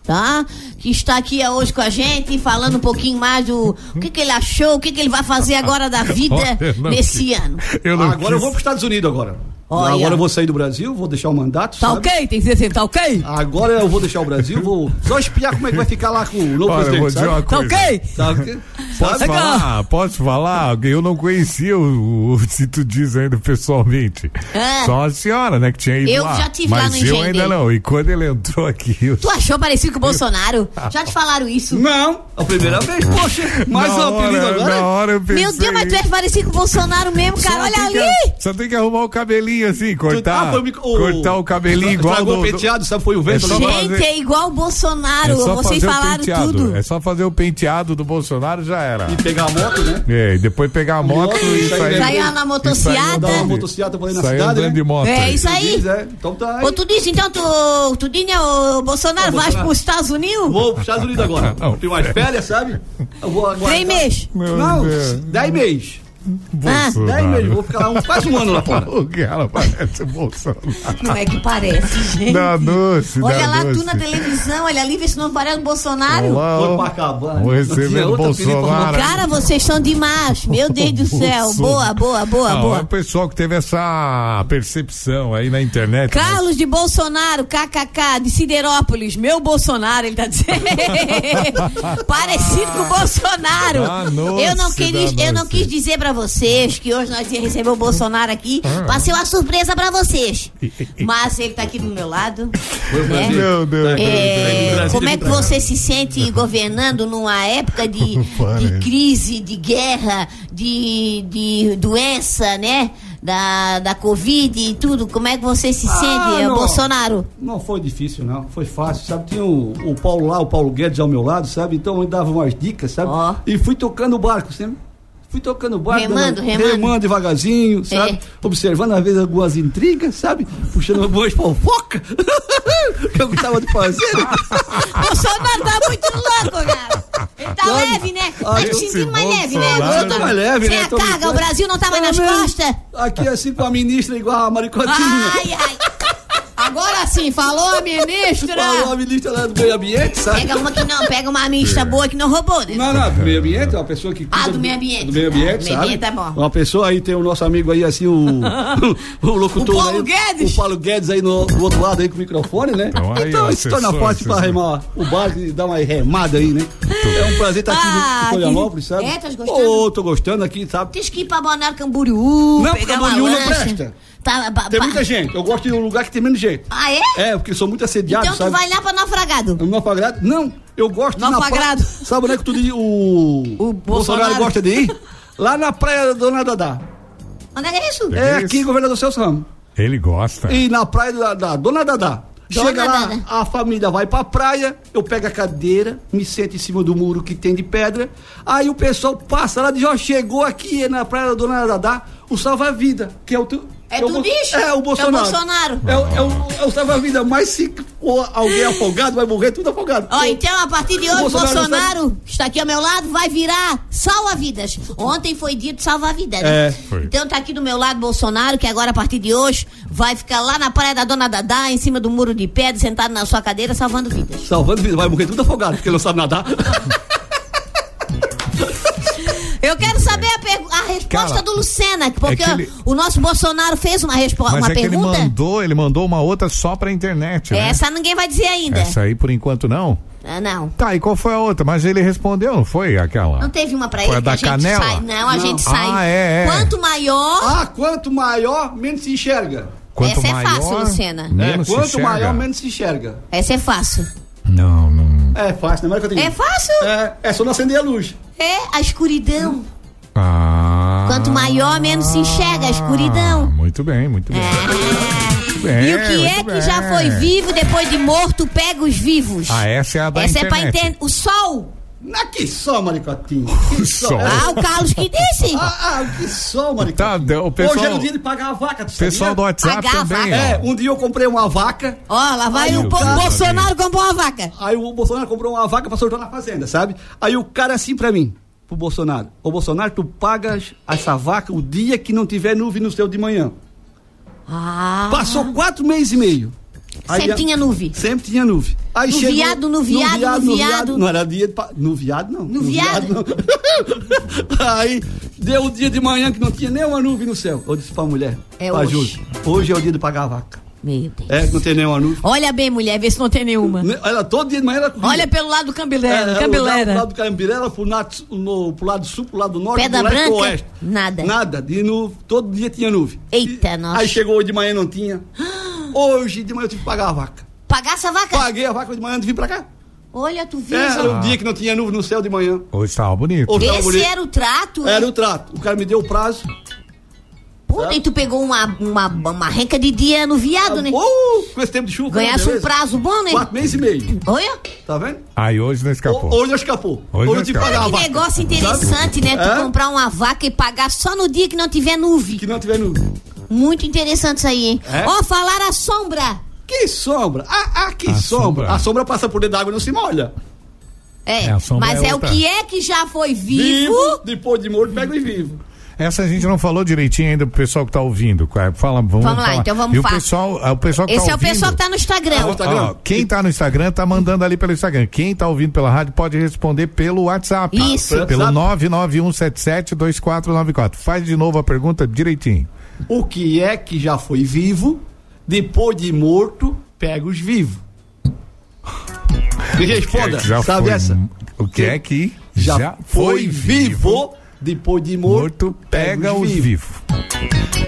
Speaker 3: tá? Que está aqui hoje com a gente, falando um pouquinho mais do o que, que ele achou, o que, que ele vai fazer agora da vida
Speaker 4: Olha, não
Speaker 3: nesse
Speaker 4: quis.
Speaker 3: ano.
Speaker 2: Eu
Speaker 4: Ah, agora eu vou para os Estados Unidos agora.
Speaker 3: Olha.
Speaker 4: Agora eu vou sair do Brasil, vou deixar o mandato. Tá
Speaker 3: ok? Tem que dizer assim, tá ok?
Speaker 4: Agora eu vou deixar o Brasil, vou só espiar como é que vai ficar lá com o novo
Speaker 2: Olha, eu vou
Speaker 4: presidente.
Speaker 2: dizer
Speaker 4: sabe?
Speaker 2: uma coisa.
Speaker 4: Tá ok?
Speaker 2: Posso
Speaker 4: Sabe?
Speaker 2: falar? Posso falar? Eu não conhecia o, o se tu diz ainda pessoalmente.
Speaker 3: É.
Speaker 2: Só a senhora, né, que tinha ido
Speaker 3: Eu
Speaker 2: lá.
Speaker 3: já tive lá
Speaker 2: Mas
Speaker 3: no
Speaker 2: eu
Speaker 3: engenho
Speaker 2: ainda
Speaker 3: dele.
Speaker 2: não. E quando ele entrou aqui, eu...
Speaker 3: Tu achou parecido com o Bolsonaro? Já te falaram isso?
Speaker 4: Não, É a primeira vez, poxa, mais
Speaker 2: Na
Speaker 4: um apelido
Speaker 2: hora-
Speaker 4: agora.
Speaker 2: Na hora eu pensei...
Speaker 3: Meu Deus, mas tu és parecido com o Bolsonaro mesmo, cara. Olha
Speaker 2: Só tem que-
Speaker 3: ali!
Speaker 2: Só tem que arrumar o cabelinho assim, cortar.
Speaker 4: Ah, foi o mic- o-
Speaker 2: Cortar o cabelinho
Speaker 4: Tra-
Speaker 2: igual.
Speaker 4: tragou
Speaker 2: do-
Speaker 4: o penteado, sabe? Foi o vento. né?
Speaker 2: É só
Speaker 4: ali.
Speaker 2: fazer-
Speaker 3: Gente, é igual o Bolsonaro.
Speaker 2: É só
Speaker 3: Vocês
Speaker 2: fazer o
Speaker 3: falaram
Speaker 2: penteado.
Speaker 3: tudo.
Speaker 2: É só fazer o penteado do Bolsonaro, já era.
Speaker 4: E pegar a moto, né?
Speaker 2: É, e depois pegar a moto e sair.
Speaker 3: Saiu na motocicleta.
Speaker 4: Dar uma motocicleta pra ir na
Speaker 2: Saiu
Speaker 4: cidade,
Speaker 2: andando
Speaker 4: né?
Speaker 2: de moto.
Speaker 3: É isso aí.
Speaker 4: Diz, é. Então tá aí.
Speaker 3: Ô, tu diz então, tu, tu diz, né, ô, Bolsonaro, vai
Speaker 4: Bolsonaro.
Speaker 3: pros Estados Unidos?
Speaker 4: Vou pros Estados Unidos agora.
Speaker 2: Ah, Não.
Speaker 4: Tem umas férias, sabe? Eu vou agora.
Speaker 3: Três meses.
Speaker 2: Meu
Speaker 4: Não,
Speaker 2: Deus.
Speaker 4: dez meses.
Speaker 2: Bolsonaro.
Speaker 4: Dez meses. Vou ficar lá um, quase um ano lá fora.
Speaker 2: O cara parece o Bolsonaro.
Speaker 3: Não é que parece, gente.
Speaker 2: Danucci,
Speaker 3: Olha lá
Speaker 2: Danucci.
Speaker 3: tu na televisão, olha ali, vê se não parece o Bolsonaro.
Speaker 2: Olá,
Speaker 4: Foi
Speaker 2: ó.
Speaker 4: Copacabana.
Speaker 2: Vou
Speaker 4: Tinha
Speaker 2: recebendo o
Speaker 4: outra
Speaker 2: Bolsonaro.
Speaker 3: Cara, vocês são demais. Meu Deus do céu. Boa, boa, boa,
Speaker 2: Não, É o
Speaker 3: boa.
Speaker 2: pessoal que teve essa percepção aí na internet. né?
Speaker 3: Carlos de Bolsonaro, KKK, de Siderópolis, meu Bolsonaro, ele tá dizendo. Parecido com o Bolsonaro.
Speaker 2: Danou-se, Ah,
Speaker 3: eu, não quis, eu não
Speaker 2: danou-se.
Speaker 3: quis dizer pra vocês que hoje nós ia receber o Bolsonaro aqui.
Speaker 2: Ah.
Speaker 3: Passei uma surpresa pra vocês. Mas ele tá aqui do meu lado.
Speaker 2: Foi
Speaker 3: né?
Speaker 2: Brasil. Meu Deus.
Speaker 3: É,
Speaker 2: Brasil.
Speaker 3: como é que você se sente governando numa época de, de crise, de guerra, de, de doença, né? Da, da Covid e tudo. Como é que você se
Speaker 4: Ah,
Speaker 3: sente,
Speaker 4: não.
Speaker 3: Bolsonaro?
Speaker 4: Não foi difícil, não. Foi fácil, sabe? Tinha o, o Paulo lá, o Paulo Guedes ao meu lado, sabe? Então eu dava umas dicas, sabe? E fui tocando o barco, sempre. Fui tocando o barco.
Speaker 3: Remando,
Speaker 4: dando-
Speaker 3: remando. É.
Speaker 4: devagarzinho, sabe? Observando, às vezes, algumas intrigas, sabe? Puxando algumas fofocas. que eu gostava de fazer.
Speaker 3: Bolsonaro tá muito louco, cara. Ele tá leve, né?
Speaker 4: Ah,
Speaker 3: Tá te
Speaker 4: esse
Speaker 3: sentindo mais leve, né?
Speaker 4: Bolsonaro- Eu tô mais leve,
Speaker 3: Sem
Speaker 4: né?
Speaker 3: a
Speaker 4: Tô
Speaker 3: é carga, o
Speaker 4: brincando.
Speaker 3: Brasil não tá mais
Speaker 4: Tá
Speaker 3: nas
Speaker 4: mesmo.
Speaker 3: costas.
Speaker 4: Aqui, assim, com a ministra, igual a maricotinha.
Speaker 3: Ai, ai. Agora sim, falou a ministra.
Speaker 4: Falou a ministra lá do meio ambiente, sabe?
Speaker 3: Pega uma que não, pega uma ministra boa que não roubou, né?
Speaker 4: Não, não, do meio ambiente, é uma pessoa que
Speaker 3: Ah, do meio ambiente.
Speaker 4: do meio ambiente,
Speaker 3: Ah, do meio
Speaker 4: sabe?
Speaker 3: ambiente é bom.
Speaker 4: Uma pessoa aí tem o nosso amigo aí, assim, o, o, locutor.
Speaker 3: O Paulo
Speaker 4: aí,
Speaker 3: Guedes.
Speaker 4: O Paulo Guedes aí no, do outro lado aí com o microfone, né?
Speaker 2: Então, aí,
Speaker 4: então
Speaker 2: ó,
Speaker 4: isso torna
Speaker 2: assessor,
Speaker 4: forte pra remar o barco e dar uma remada aí, né? É um prazer estar aqui
Speaker 3: Ah,
Speaker 4: em Florianópolis, sabe?
Speaker 3: é, tás gostando?
Speaker 4: Ô, tô gostando aqui, sabe?
Speaker 3: Diz que ir pra Bonar Camboriú.
Speaker 4: Não,
Speaker 3: pegar uma
Speaker 4: Camboriú não
Speaker 3: lancha.
Speaker 4: é presta.
Speaker 3: Tá, ba-
Speaker 4: Tem
Speaker 3: ba-
Speaker 4: muita gente. Eu gosto de um lugar que tem menos gente.
Speaker 3: Ah, é?
Speaker 4: É, porque sou muito assediado,
Speaker 3: Então tu
Speaker 4: sabe?
Speaker 3: vai lá pra Naufragado.
Speaker 4: No Naufragado? Não, eu gosto de
Speaker 3: Naufragado.
Speaker 4: praia. Sabe onde é que tu, diz- o, o Bolsonaro.
Speaker 3: Bolsonaro.
Speaker 4: gosta de ir? Lá na praia da Dona Dadá.
Speaker 3: Onde é que é isso?
Speaker 4: É aqui em Governador Celso Ramos.
Speaker 2: Ele gosta.
Speaker 4: E na praia da, da Dona Dadá.
Speaker 3: Dona
Speaker 4: Chega lá,
Speaker 3: Dadá.
Speaker 4: a família vai pra praia, eu pego a cadeira, me sento em cima do muro que tem de pedra. Aí o pessoal passa lá e diz, ó, chegou aqui na praia da Dona Dadá, o salva-vida, que é o... Tu,
Speaker 3: É
Speaker 4: o
Speaker 3: do
Speaker 4: Bol-
Speaker 3: bicho.
Speaker 4: É o Bolsonaro.
Speaker 3: É o Bolsonaro.
Speaker 4: É o, é o- é o salva-vida, mas se for alguém afogado, vai morrer tudo afogado.
Speaker 3: Ó, então, a partir de
Speaker 4: O
Speaker 3: hoje, Bolsonaro,
Speaker 4: Bolsonaro não sabe-
Speaker 3: que está aqui ao meu lado, vai virar salva-vidas. Ontem foi dito salva-vidas, né?
Speaker 4: É, foi.
Speaker 3: Então tá aqui do meu lado Bolsonaro, que agora, a partir de hoje, vai ficar lá na praia da Dona Dadá, em cima do muro de pedra, sentado na sua cadeira, salvando vidas.
Speaker 4: Salvando vida, vai morrer tudo afogado, porque não sabe nadar.
Speaker 3: Eu quero saber a, pergu- a resposta
Speaker 2: Cara,
Speaker 3: do Lucena, porque
Speaker 2: é que ele-
Speaker 3: o nosso Bolsonaro fez uma, respo-
Speaker 2: Mas
Speaker 3: uma
Speaker 2: é que ele
Speaker 3: pergunta.
Speaker 2: mandou, ele mandou uma outra só pra internet. né?
Speaker 3: Essa ninguém vai dizer ainda.
Speaker 2: Essa aí por enquanto não.
Speaker 3: Ah, não.
Speaker 2: Tá, e qual foi a outra? Mas ele respondeu, não foi aquela?
Speaker 3: Não teve uma pra
Speaker 2: Ah. Foi
Speaker 3: ele
Speaker 2: a
Speaker 3: que
Speaker 2: da
Speaker 3: a gente
Speaker 2: canela?
Speaker 3: sai. Não, a
Speaker 2: Não.
Speaker 3: gente sai.
Speaker 2: Ah, é, é.
Speaker 3: Quanto maior.
Speaker 4: Ah, quanto maior, menos se enxerga. É,
Speaker 2: Quanto
Speaker 3: Essa é
Speaker 2: maior, né?
Speaker 3: fácil, Lucena.
Speaker 2: menos se
Speaker 4: quanto
Speaker 2: enxerga.
Speaker 4: maior, menos se enxerga.
Speaker 3: Essa é fácil.
Speaker 2: Não, não.
Speaker 4: É fácil, não é que eu tenho.
Speaker 3: É fácil?
Speaker 4: É, é só não acender a luz.
Speaker 3: É a escuridão.
Speaker 2: Ah,
Speaker 3: Quanto maior, menos se enxerga a escuridão.
Speaker 2: muito bem, muito bem. Muito bem,
Speaker 3: e o que é
Speaker 2: muito
Speaker 3: que já
Speaker 2: bem.
Speaker 3: foi vivo depois de morto pega os vivos?
Speaker 2: Ah, essa é a da
Speaker 3: Essa é pra
Speaker 2: internet.
Speaker 3: entender. O sol.
Speaker 4: Ah, que sol, maricotinho. Que
Speaker 2: sol.
Speaker 3: Ah, o Carlos que disse.
Speaker 4: Ah, ah, que sol, maricotinho.
Speaker 2: Tá, o pessoal-
Speaker 4: Hoje era o dia de pagar a vaca, tu
Speaker 2: Pessoal
Speaker 4: sabia?
Speaker 2: do WhatsApp
Speaker 3: Pagar a
Speaker 2: também.
Speaker 3: vaca.
Speaker 4: É, um dia eu comprei uma vaca.
Speaker 3: Ó, lá vai
Speaker 4: Ai,
Speaker 3: o
Speaker 4: meu
Speaker 3: povo
Speaker 4: Deus,
Speaker 3: Bolsonaro comprou uma vaca.
Speaker 4: Aí o Bolsonaro comprou uma vaca pra soltar na fazenda, sabe? Aí o cara assim pra mim, pro Bolsonaro. Ô Bolsonaro, tu pagas essa vaca o dia que não tiver nuvem no céu de manhã.
Speaker 3: Ah.
Speaker 4: Passou quatro meses e meio.
Speaker 3: Sempre
Speaker 4: a-
Speaker 3: tinha nuvem.
Speaker 4: Sempre tinha nuvem. Aí
Speaker 3: No
Speaker 4: chegou,
Speaker 3: viado, no viado, no viado.
Speaker 4: Não era dia de. pa- No viado, não. No,
Speaker 3: viado.
Speaker 4: não. Aí deu o dia de manhã que não tinha nenhuma nuvem no céu. Eu disse pra mulher.
Speaker 3: É
Speaker 4: pra
Speaker 3: hoje.
Speaker 4: Júlia, hoje é o dia de pagar a vaca.
Speaker 3: Meu Deus.
Speaker 4: É, que não tem nenhuma nuvem.
Speaker 3: Olha bem, mulher, vê se não tem nenhuma.
Speaker 4: Ela todo dia de manhã ela corria.
Speaker 3: Olha pelo lado do
Speaker 4: É,
Speaker 3: Cambilera.
Speaker 4: ela olhava Pro
Speaker 3: Cambilera.
Speaker 4: lado do Cambirela, pro, nato- no- pro lado sul, pro lado norte,
Speaker 3: Pedra
Speaker 4: pro leste, pro
Speaker 3: Branca?
Speaker 4: oeste.
Speaker 3: Nada.
Speaker 4: Nada. De nu- todo dia tinha nuvem.
Speaker 3: Eita, nossa.
Speaker 4: Aí chegou hoje de manhã não tinha. Hoje de manhã eu tive que pagar a vaca.
Speaker 3: Pagar essa vaca?
Speaker 4: Paguei a vaca de manhã antes de vir pra cá.
Speaker 3: Olha, tu viu?
Speaker 4: Era
Speaker 3: só?
Speaker 4: É, o dia que não tinha nuvem no céu de manhã.
Speaker 2: Ah. Hoje tava bonito.
Speaker 4: Hoje tava
Speaker 3: Esse
Speaker 4: bonito.
Speaker 3: era o trato?
Speaker 4: Era o trato. O cara me deu o prazo.
Speaker 3: Puta, e tu pegou uma, uma, uma renca de dia no viado, né?
Speaker 4: Uh, com esse tempo de chuva.
Speaker 3: Ganhasse um
Speaker 4: beleza.
Speaker 3: prazo bom, né?
Speaker 4: Quatro meses e meio.
Speaker 3: Olha,
Speaker 4: Tá vendo?
Speaker 2: Aí hoje não escapou.
Speaker 4: Hoje eu escapou.
Speaker 2: Hoje
Speaker 4: Hoje,
Speaker 2: não
Speaker 4: eu tive que
Speaker 2: escapou.
Speaker 4: pagar a
Speaker 3: que
Speaker 4: vaca.
Speaker 3: negócio
Speaker 4: sabe?
Speaker 3: interessante, né? Tu
Speaker 4: É?
Speaker 3: comprar uma vaca e pagar só no dia que não tiver nuvem.
Speaker 4: Que não tiver nuvem.
Speaker 3: Muito interessante isso aí, hein?
Speaker 4: É?
Speaker 3: Ó, falar a sombra.
Speaker 4: Que sombra! Ah, ah que
Speaker 2: A
Speaker 4: sombra.
Speaker 2: sombra.
Speaker 4: A sombra passa por dentro da água e não se molha.
Speaker 3: É,
Speaker 2: É, a sombra
Speaker 3: mas
Speaker 2: é
Speaker 3: é, o
Speaker 2: outra.
Speaker 3: que é que já foi vivo.
Speaker 4: depois de morto, pega e vivo.
Speaker 2: Essa a gente não falou direitinho ainda pro pessoal que tá ouvindo. Qua- Fala, vamos,
Speaker 3: Vamos lá,
Speaker 2: falar.
Speaker 3: então vamos
Speaker 2: e o
Speaker 3: falar.
Speaker 2: pessoal, o pessoal que
Speaker 3: Esse
Speaker 2: tá
Speaker 3: é o
Speaker 2: ouvindo,
Speaker 3: pessoal que tá no
Speaker 4: Ah,
Speaker 3: Instagram.
Speaker 2: Ó, quem tá no Instagram tá mandando ali pelo Instagram. Quem tá ouvindo pela rádio pode responder pelo WhatsApp.
Speaker 3: Isso.
Speaker 2: Pelo 991772494. Faz de novo a pergunta direitinho.
Speaker 4: O que é que já foi vivo, depois de morto, pega os vivos. Me
Speaker 2: O que é
Speaker 4: responda,
Speaker 2: que já
Speaker 4: sabe
Speaker 2: foi-
Speaker 4: essa?
Speaker 2: O que é que
Speaker 4: Já, foi vivo, Depois de morto,
Speaker 2: pega os vivos.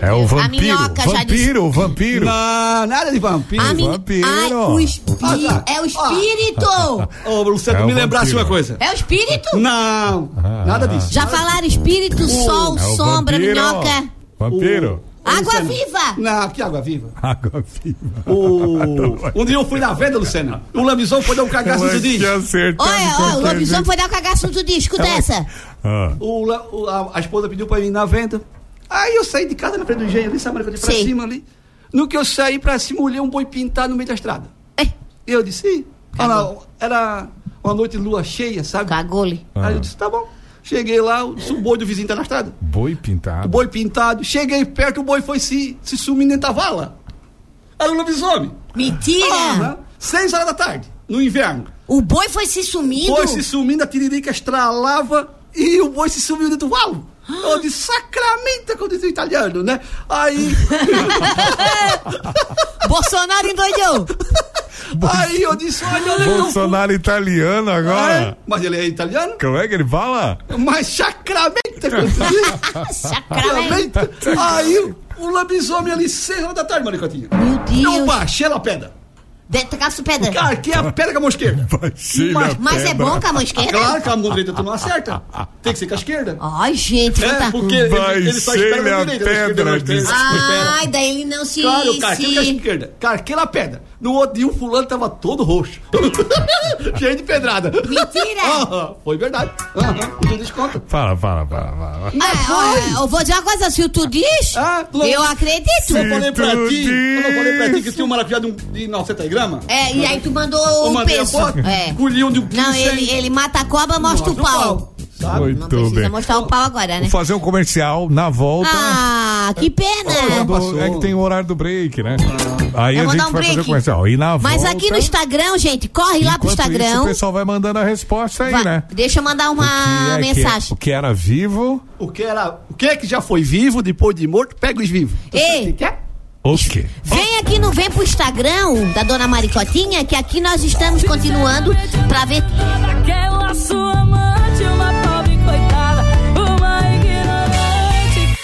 Speaker 2: É o vampiro.
Speaker 3: minhoca já
Speaker 2: Vampiro, vampiro.
Speaker 4: Não, nada de vampiro. Ah,
Speaker 3: A min-
Speaker 2: Vampiro.
Speaker 3: Ai, o espí- É o espírito!
Speaker 4: tá. Ô, Luciano,
Speaker 2: É o
Speaker 4: me lembrasse
Speaker 2: vampiro.
Speaker 4: uma coisa.
Speaker 3: É o espírito?
Speaker 4: Não,
Speaker 2: Ah.
Speaker 4: nada disso.
Speaker 3: Já falaram espírito, sol,
Speaker 4: é o
Speaker 3: sombra,
Speaker 4: vampiro.
Speaker 3: minhoca.
Speaker 2: Vampiro.
Speaker 3: Água viva!
Speaker 4: Não, que água viva.
Speaker 2: Água viva.
Speaker 4: O... Um dia eu fui na venda, Luciano. O lambizão foi dar um cagaço no
Speaker 2: Tinha
Speaker 4: dia.
Speaker 2: acertado
Speaker 3: Olha, ó, o
Speaker 2: qualquer
Speaker 3: lobisomem
Speaker 2: jeito.
Speaker 3: foi dar o cagaço no disco dessa.
Speaker 2: né? Tá Ah.
Speaker 4: O la- o- a, a esposa pediu pra mim ir na venda. Aí eu saí de casa na frente do engenho ali, sabe? Eu dei pra
Speaker 3: Sim.
Speaker 4: cima ali. No que eu saí pra cima, olhei um boi pintado no meio da estrada.
Speaker 3: É.
Speaker 4: E eu disse, Ih, olha, era uma noite de lua cheia, sabe?
Speaker 3: Cagou-lhe.
Speaker 4: Aí eu disse, tá bom. Cheguei lá, eu disse, o boi do vizinho tá na estrada.
Speaker 2: Boi
Speaker 4: O
Speaker 2: pintado.
Speaker 4: boi pintado. Cheguei perto, o boi foi se, se sumindo dentro da vala. Era um lobisomem.
Speaker 3: Mentira!
Speaker 4: Aham. Seis horas da tarde, no inverno.
Speaker 3: O boi foi se sumindo?
Speaker 4: O boi se sumindo, a tiririca estralava e o boi se sumiu dentro do valo.
Speaker 3: Ah.
Speaker 4: Eu disse, é sacramenta, quando diz em italiano, né? Aí...
Speaker 3: Bolsonaro endoidou.
Speaker 4: Aí eu disse, olha, onde é que eu fui?
Speaker 2: Bolsonaro italiano agora.
Speaker 4: Mas ele é italiano?
Speaker 2: Como é que ele fala?
Speaker 4: Mas é sacramenta, quando diz.
Speaker 3: Tá
Speaker 4: sacramenta. Aí o- o lobisomem ali, seis horas da tarde, maricotinha. Meu
Speaker 3: Deus.
Speaker 4: Eu baixei a pedra.
Speaker 3: Tacaço pedra.
Speaker 4: Arquei a pedra com a mão esquerda.
Speaker 2: Baixei
Speaker 3: na Mas é pedra. bom com a mão esquerda?
Speaker 4: Claro que a mão direita tu não acerta. Tem que ser com a esquerda.
Speaker 3: Ai, gente,
Speaker 4: É,
Speaker 3: tá-
Speaker 4: porque ele, ele só espera
Speaker 2: Baixei-lhe
Speaker 4: com
Speaker 2: a
Speaker 4: a direita. a esquerda
Speaker 2: pedra,
Speaker 4: não espera.
Speaker 2: disse.
Speaker 3: Ai, daí ele não se.
Speaker 4: Claro, eu carquei com a
Speaker 3: se...
Speaker 4: é esquerda. Carquei na pedra. No outro dia o fulano tava todo roxo. Cheio de pedrada.
Speaker 3: Mentira!
Speaker 4: Aham, foi verdade. Aham, tu desconta.
Speaker 2: Fala, fala, fala, fala.
Speaker 3: Ah, ó, eu vou dizer uma coisa, se tu diz, eu acredito.
Speaker 4: Ah, Eu falei pra ti, eu não falei pra ti que tinha um maracujá de, um, de 900 gramas?
Speaker 3: É, e aí tu mandou
Speaker 4: Eu
Speaker 3: o
Speaker 4: mandei a
Speaker 3: peso.
Speaker 4: foto,
Speaker 3: É.
Speaker 4: colhi um de um
Speaker 3: Não,
Speaker 4: quilo e
Speaker 3: ele,
Speaker 4: cem.
Speaker 3: ele mata a cobra, mostra o pau.
Speaker 2: Muito
Speaker 3: Precisa
Speaker 2: bem.
Speaker 3: mostrar o pau agora, né?
Speaker 2: Vou fazer um comercial na volta.
Speaker 3: Ah, que pena.
Speaker 2: do- é que tem o horário do break, né? Aí
Speaker 3: Eu
Speaker 2: a
Speaker 3: vou
Speaker 2: gente
Speaker 3: dar um
Speaker 2: vai fazer o
Speaker 3: break.
Speaker 2: comercial. E na
Speaker 3: Mas
Speaker 2: volta,
Speaker 3: aqui no Instagram, gente, corre lá pro
Speaker 2: enquanto isso,
Speaker 3: Instagram.
Speaker 2: o pessoal vai mandando a resposta aí,
Speaker 3: Vai-
Speaker 2: né?
Speaker 3: Deixa eu mandar uma
Speaker 2: E é que-
Speaker 3: Ah, mensagem.
Speaker 2: o que era vivo,
Speaker 4: O que era? O que é que já foi vivo depois de morto? Pega os vivos.
Speaker 3: Ei,
Speaker 4: é?
Speaker 2: o quê?
Speaker 3: vem aqui no Vem pro Instagram da Dona Maricotinha, que aqui nós estamos continuando pra ver.
Speaker 7: Aquela sua amante, uma pobre coitada, uma ignorante.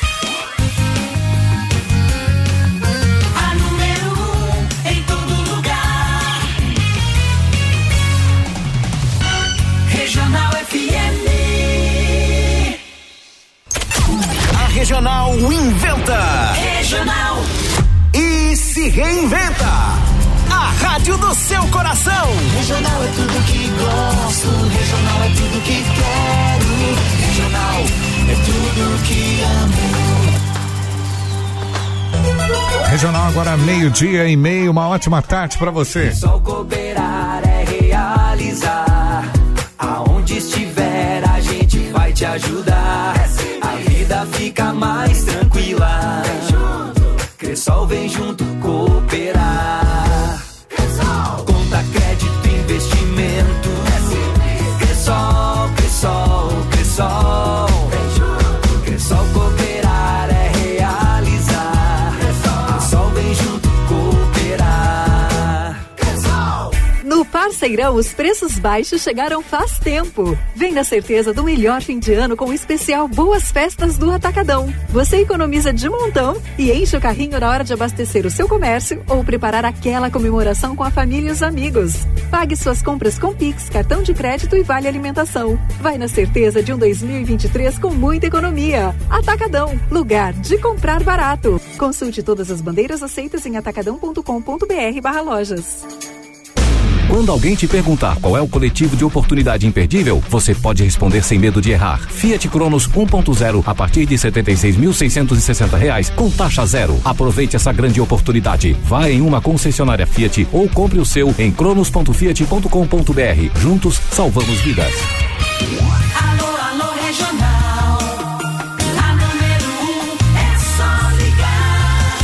Speaker 7: A número um em todo lugar. Regional FM.
Speaker 9: A Regional inventa. Regional. E se reinventa. A rádio do seu coração. Regional é tudo que gosto. Regional é tudo que quero. Regional é tudo que amo.
Speaker 2: Regional agora meio-dia e meio, uma ótima tarde pra você.
Speaker 7: Só cooperar é realizar. Aonde estiver, a gente vai te ajudar. A vida fica mais tranquila. Cressol vem junto cooperar. Conta crédito, investimento. Cressol, Cressol, Cressol. Cressol cooperar é realizar. Cressol vem junto cooperar.
Speaker 10: No Parceirão, os preços baixos chegaram faz tempo. Vem na certeza do melhor fim de ano com o especial Boas Festas do Atacadão. Você economiza de montão e enche o carrinho na hora de abastecer o seu comércio ou preparar aquela comemoração com a família e os amigos. Pague suas compras com Pix, cartão de crédito e vale alimentação. Vai na certeza de um 2023 com muita economia. Atacadão, lugar de comprar barato. Consulte todas as bandeiras aceitas em atacadão.com.br barra lojas.
Speaker 11: Quando alguém te perguntar qual é o coletivo de oportunidade imperdível, você pode responder sem medo de errar. Fiat Cronos 1.0 a partir de R$ 76.660 reais com taxa zero. Aproveite essa grande oportunidade. Vá em uma concessionária Fiat ou compre o seu em cronos.fiat.com.br. Juntos salvamos vidas.
Speaker 7: Alô, alô, regional. A número um é só ligar.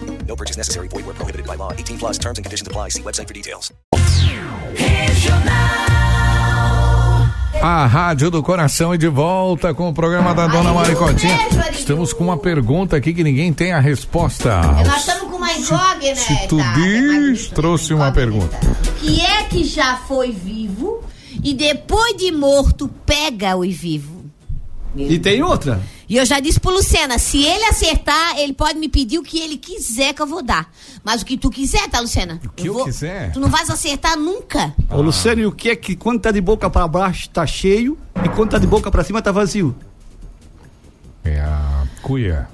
Speaker 12: No purchase necessary. Void where prohibited by law. 18 plus terms and conditions apply. See website for details.
Speaker 2: A Rádio do Coração é de volta com o programa da Dona Maricotinha. Estamos com uma pergunta aqui que ninguém tem a resposta.
Speaker 3: Nós estamos com uma Gog, né?
Speaker 2: Se tu
Speaker 3: tá?
Speaker 2: diz, trouxe uma pergunta.
Speaker 3: Que é que já foi vivo e depois de morto pega o vivo.
Speaker 4: E tem outra.
Speaker 3: E eu já disse pro Lucena, se ele acertar, ele pode me pedir o que ele quiser que eu vou dar. Mas o que tu quiser, tá, Lucena? O
Speaker 4: que eu quiser.
Speaker 3: Tu não vais acertar nunca.
Speaker 4: Ô, Luciano, e o que é que quando tá de boca pra baixo tá cheio e quando tá de boca pra cima tá vazio?
Speaker 2: É a cuia.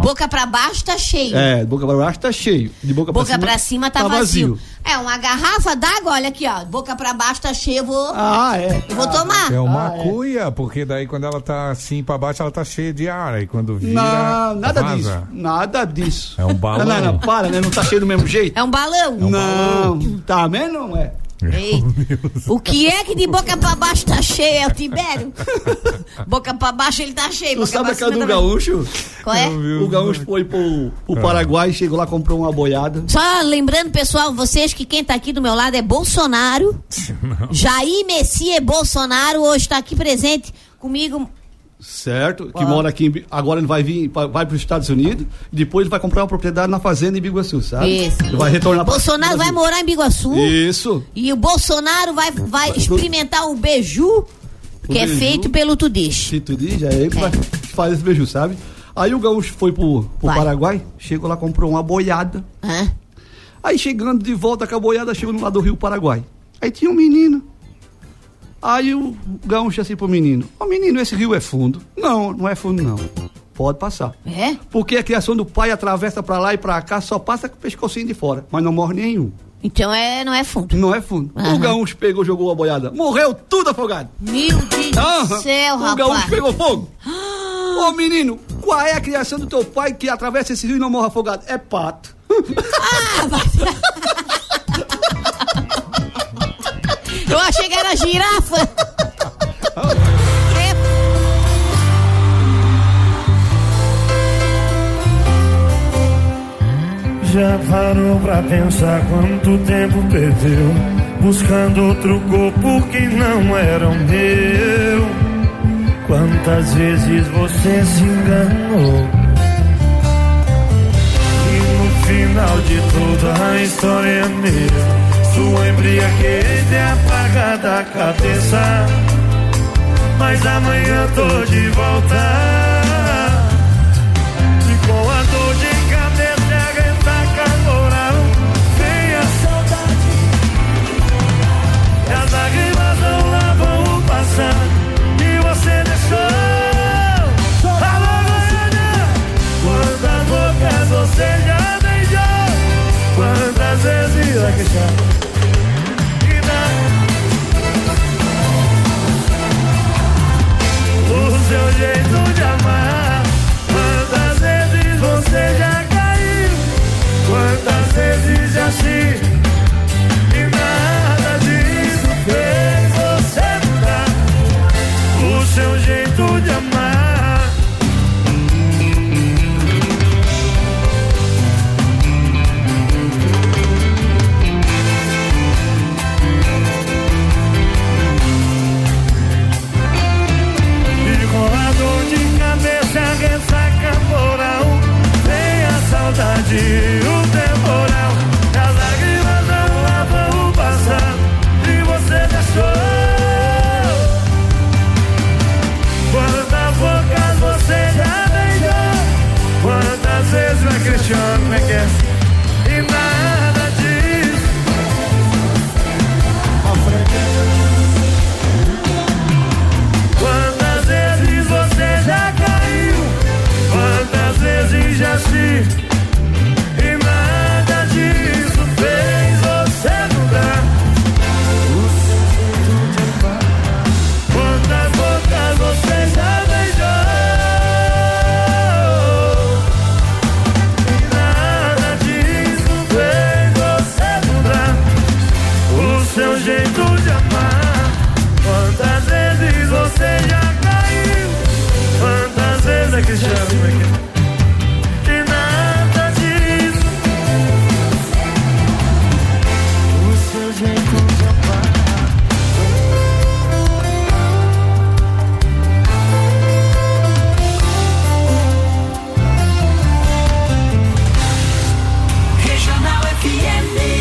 Speaker 3: Boca pra baixo tá cheio.
Speaker 4: É, de boca pra baixo tá cheio. De boca,
Speaker 3: Boca
Speaker 4: pra cima,
Speaker 3: pra cima tá, vazio. É, uma garrafa d'água, olha aqui, ó. Boca pra baixo tá cheia, eu vou.
Speaker 4: Ah, é.
Speaker 3: Eu vou tomar.
Speaker 2: É uma
Speaker 4: Ah,
Speaker 2: cuia, porque daí quando ela tá assim pra baixo, ela tá cheia de ar. Aí quando vira.
Speaker 4: Não, nada
Speaker 2: vaza.
Speaker 4: disso. Nada disso.
Speaker 2: É um balão.
Speaker 4: Não, não, não, para, né? Não tá cheio do mesmo jeito?
Speaker 3: É um balão. Oh,
Speaker 4: Não, tá mesmo, não é?
Speaker 3: Ei, o que é que de boca pra baixo tá cheio, é o Tibério? boca pra baixo ele tá cheio.
Speaker 4: Tu
Speaker 3: boca
Speaker 4: sabe
Speaker 3: pra
Speaker 4: aquela
Speaker 3: cima
Speaker 4: do
Speaker 3: também.
Speaker 4: gaúcho?
Speaker 3: Qual é?
Speaker 4: O gaúcho foi pro,
Speaker 3: Ah.
Speaker 4: pro Paraguai, chegou lá, comprou uma boiada.
Speaker 3: Só lembrando, pessoal, vocês que quem tá aqui do meu lado é Bolsonaro. Jair Messias Bolsonaro hoje está aqui presente comigo.
Speaker 4: Certo? Que
Speaker 3: Qual?
Speaker 4: mora aqui, em Bi- agora ele vai vir, pra- vai para os Estados Unidos, e depois ele vai comprar uma propriedade na fazenda em Biguaçu, sabe?
Speaker 3: Isso.
Speaker 4: Ele Tá. vai retornar pra-
Speaker 3: Bolsonaro vai morar em Biguaçu.
Speaker 4: Isso.
Speaker 3: E o Bolsonaro vai, vai experimentar o beiju que é
Speaker 4: beiju.
Speaker 3: feito pelo Tudis.
Speaker 4: Se tu diz, é ele que vai fazer esse beijo, sabe? Aí o gaúcho foi pro, pro Paraguai, chegou lá, comprou uma boiada. Aí chegando de volta com a boiada, chegou no lado do Rio Paraguai. Aí tinha um menino. Aí o gaúcho assim pro menino: Ô menino, esse rio é fundo. Não, não é fundo, não. Pode passar.
Speaker 3: É?
Speaker 4: Porque a criação do pai atravessa pra lá e pra cá, só passa com o pescocinho de fora, mas não morre nenhum.
Speaker 3: Então é, não é fundo.
Speaker 4: Não é fundo. O gaúcho pegou, jogou a boiada. Morreu tudo afogado.
Speaker 3: Meu Deus do céu,
Speaker 4: o
Speaker 3: rapaz.
Speaker 4: gaúcho pegou fogo. Ô menino, qual é a criação do teu pai que atravessa esse rio e não morre afogado? É pato.
Speaker 3: Eu achei que era girafa.
Speaker 13: Já parou pra pensar quanto tempo perdeu Buscando outro corpo que não era o meu Quantas vezes você se enganou E no final de tudo a história é a mesma Sua embriaguez é apagada a cabeça Mas amanhã tô de volta e com a dor de cabeça aguenta calorão Vem a saudade E as lágrimas não lavam o passado E você deixou Alô, Goiânia Quantas bocas você já beijou Quantas vezes vai queixar E dá O seu jeito de amar Quantas vezes você já caiu? Quantas vezes já se e nada disso fez você mudar o seu jeito de amar? E com a dor de cabeça, ressaca moral. Vem a saudade, e o temporal. E as lágrimas não lavam o passado. E você deixou. Quantas bocas você já beijou? Quantas vezes vai questionar como é que é? E nada disso. Ó, Quantas vezes você já caiu? Quantas vezes já se. E nada disso fez você mudar. Quantas bocas você já beijou? E nada disso fez você já caiu. Quantas vezes é que já vim aqui? E nada disso. O seu jeito de amar.
Speaker 6: Regional FM.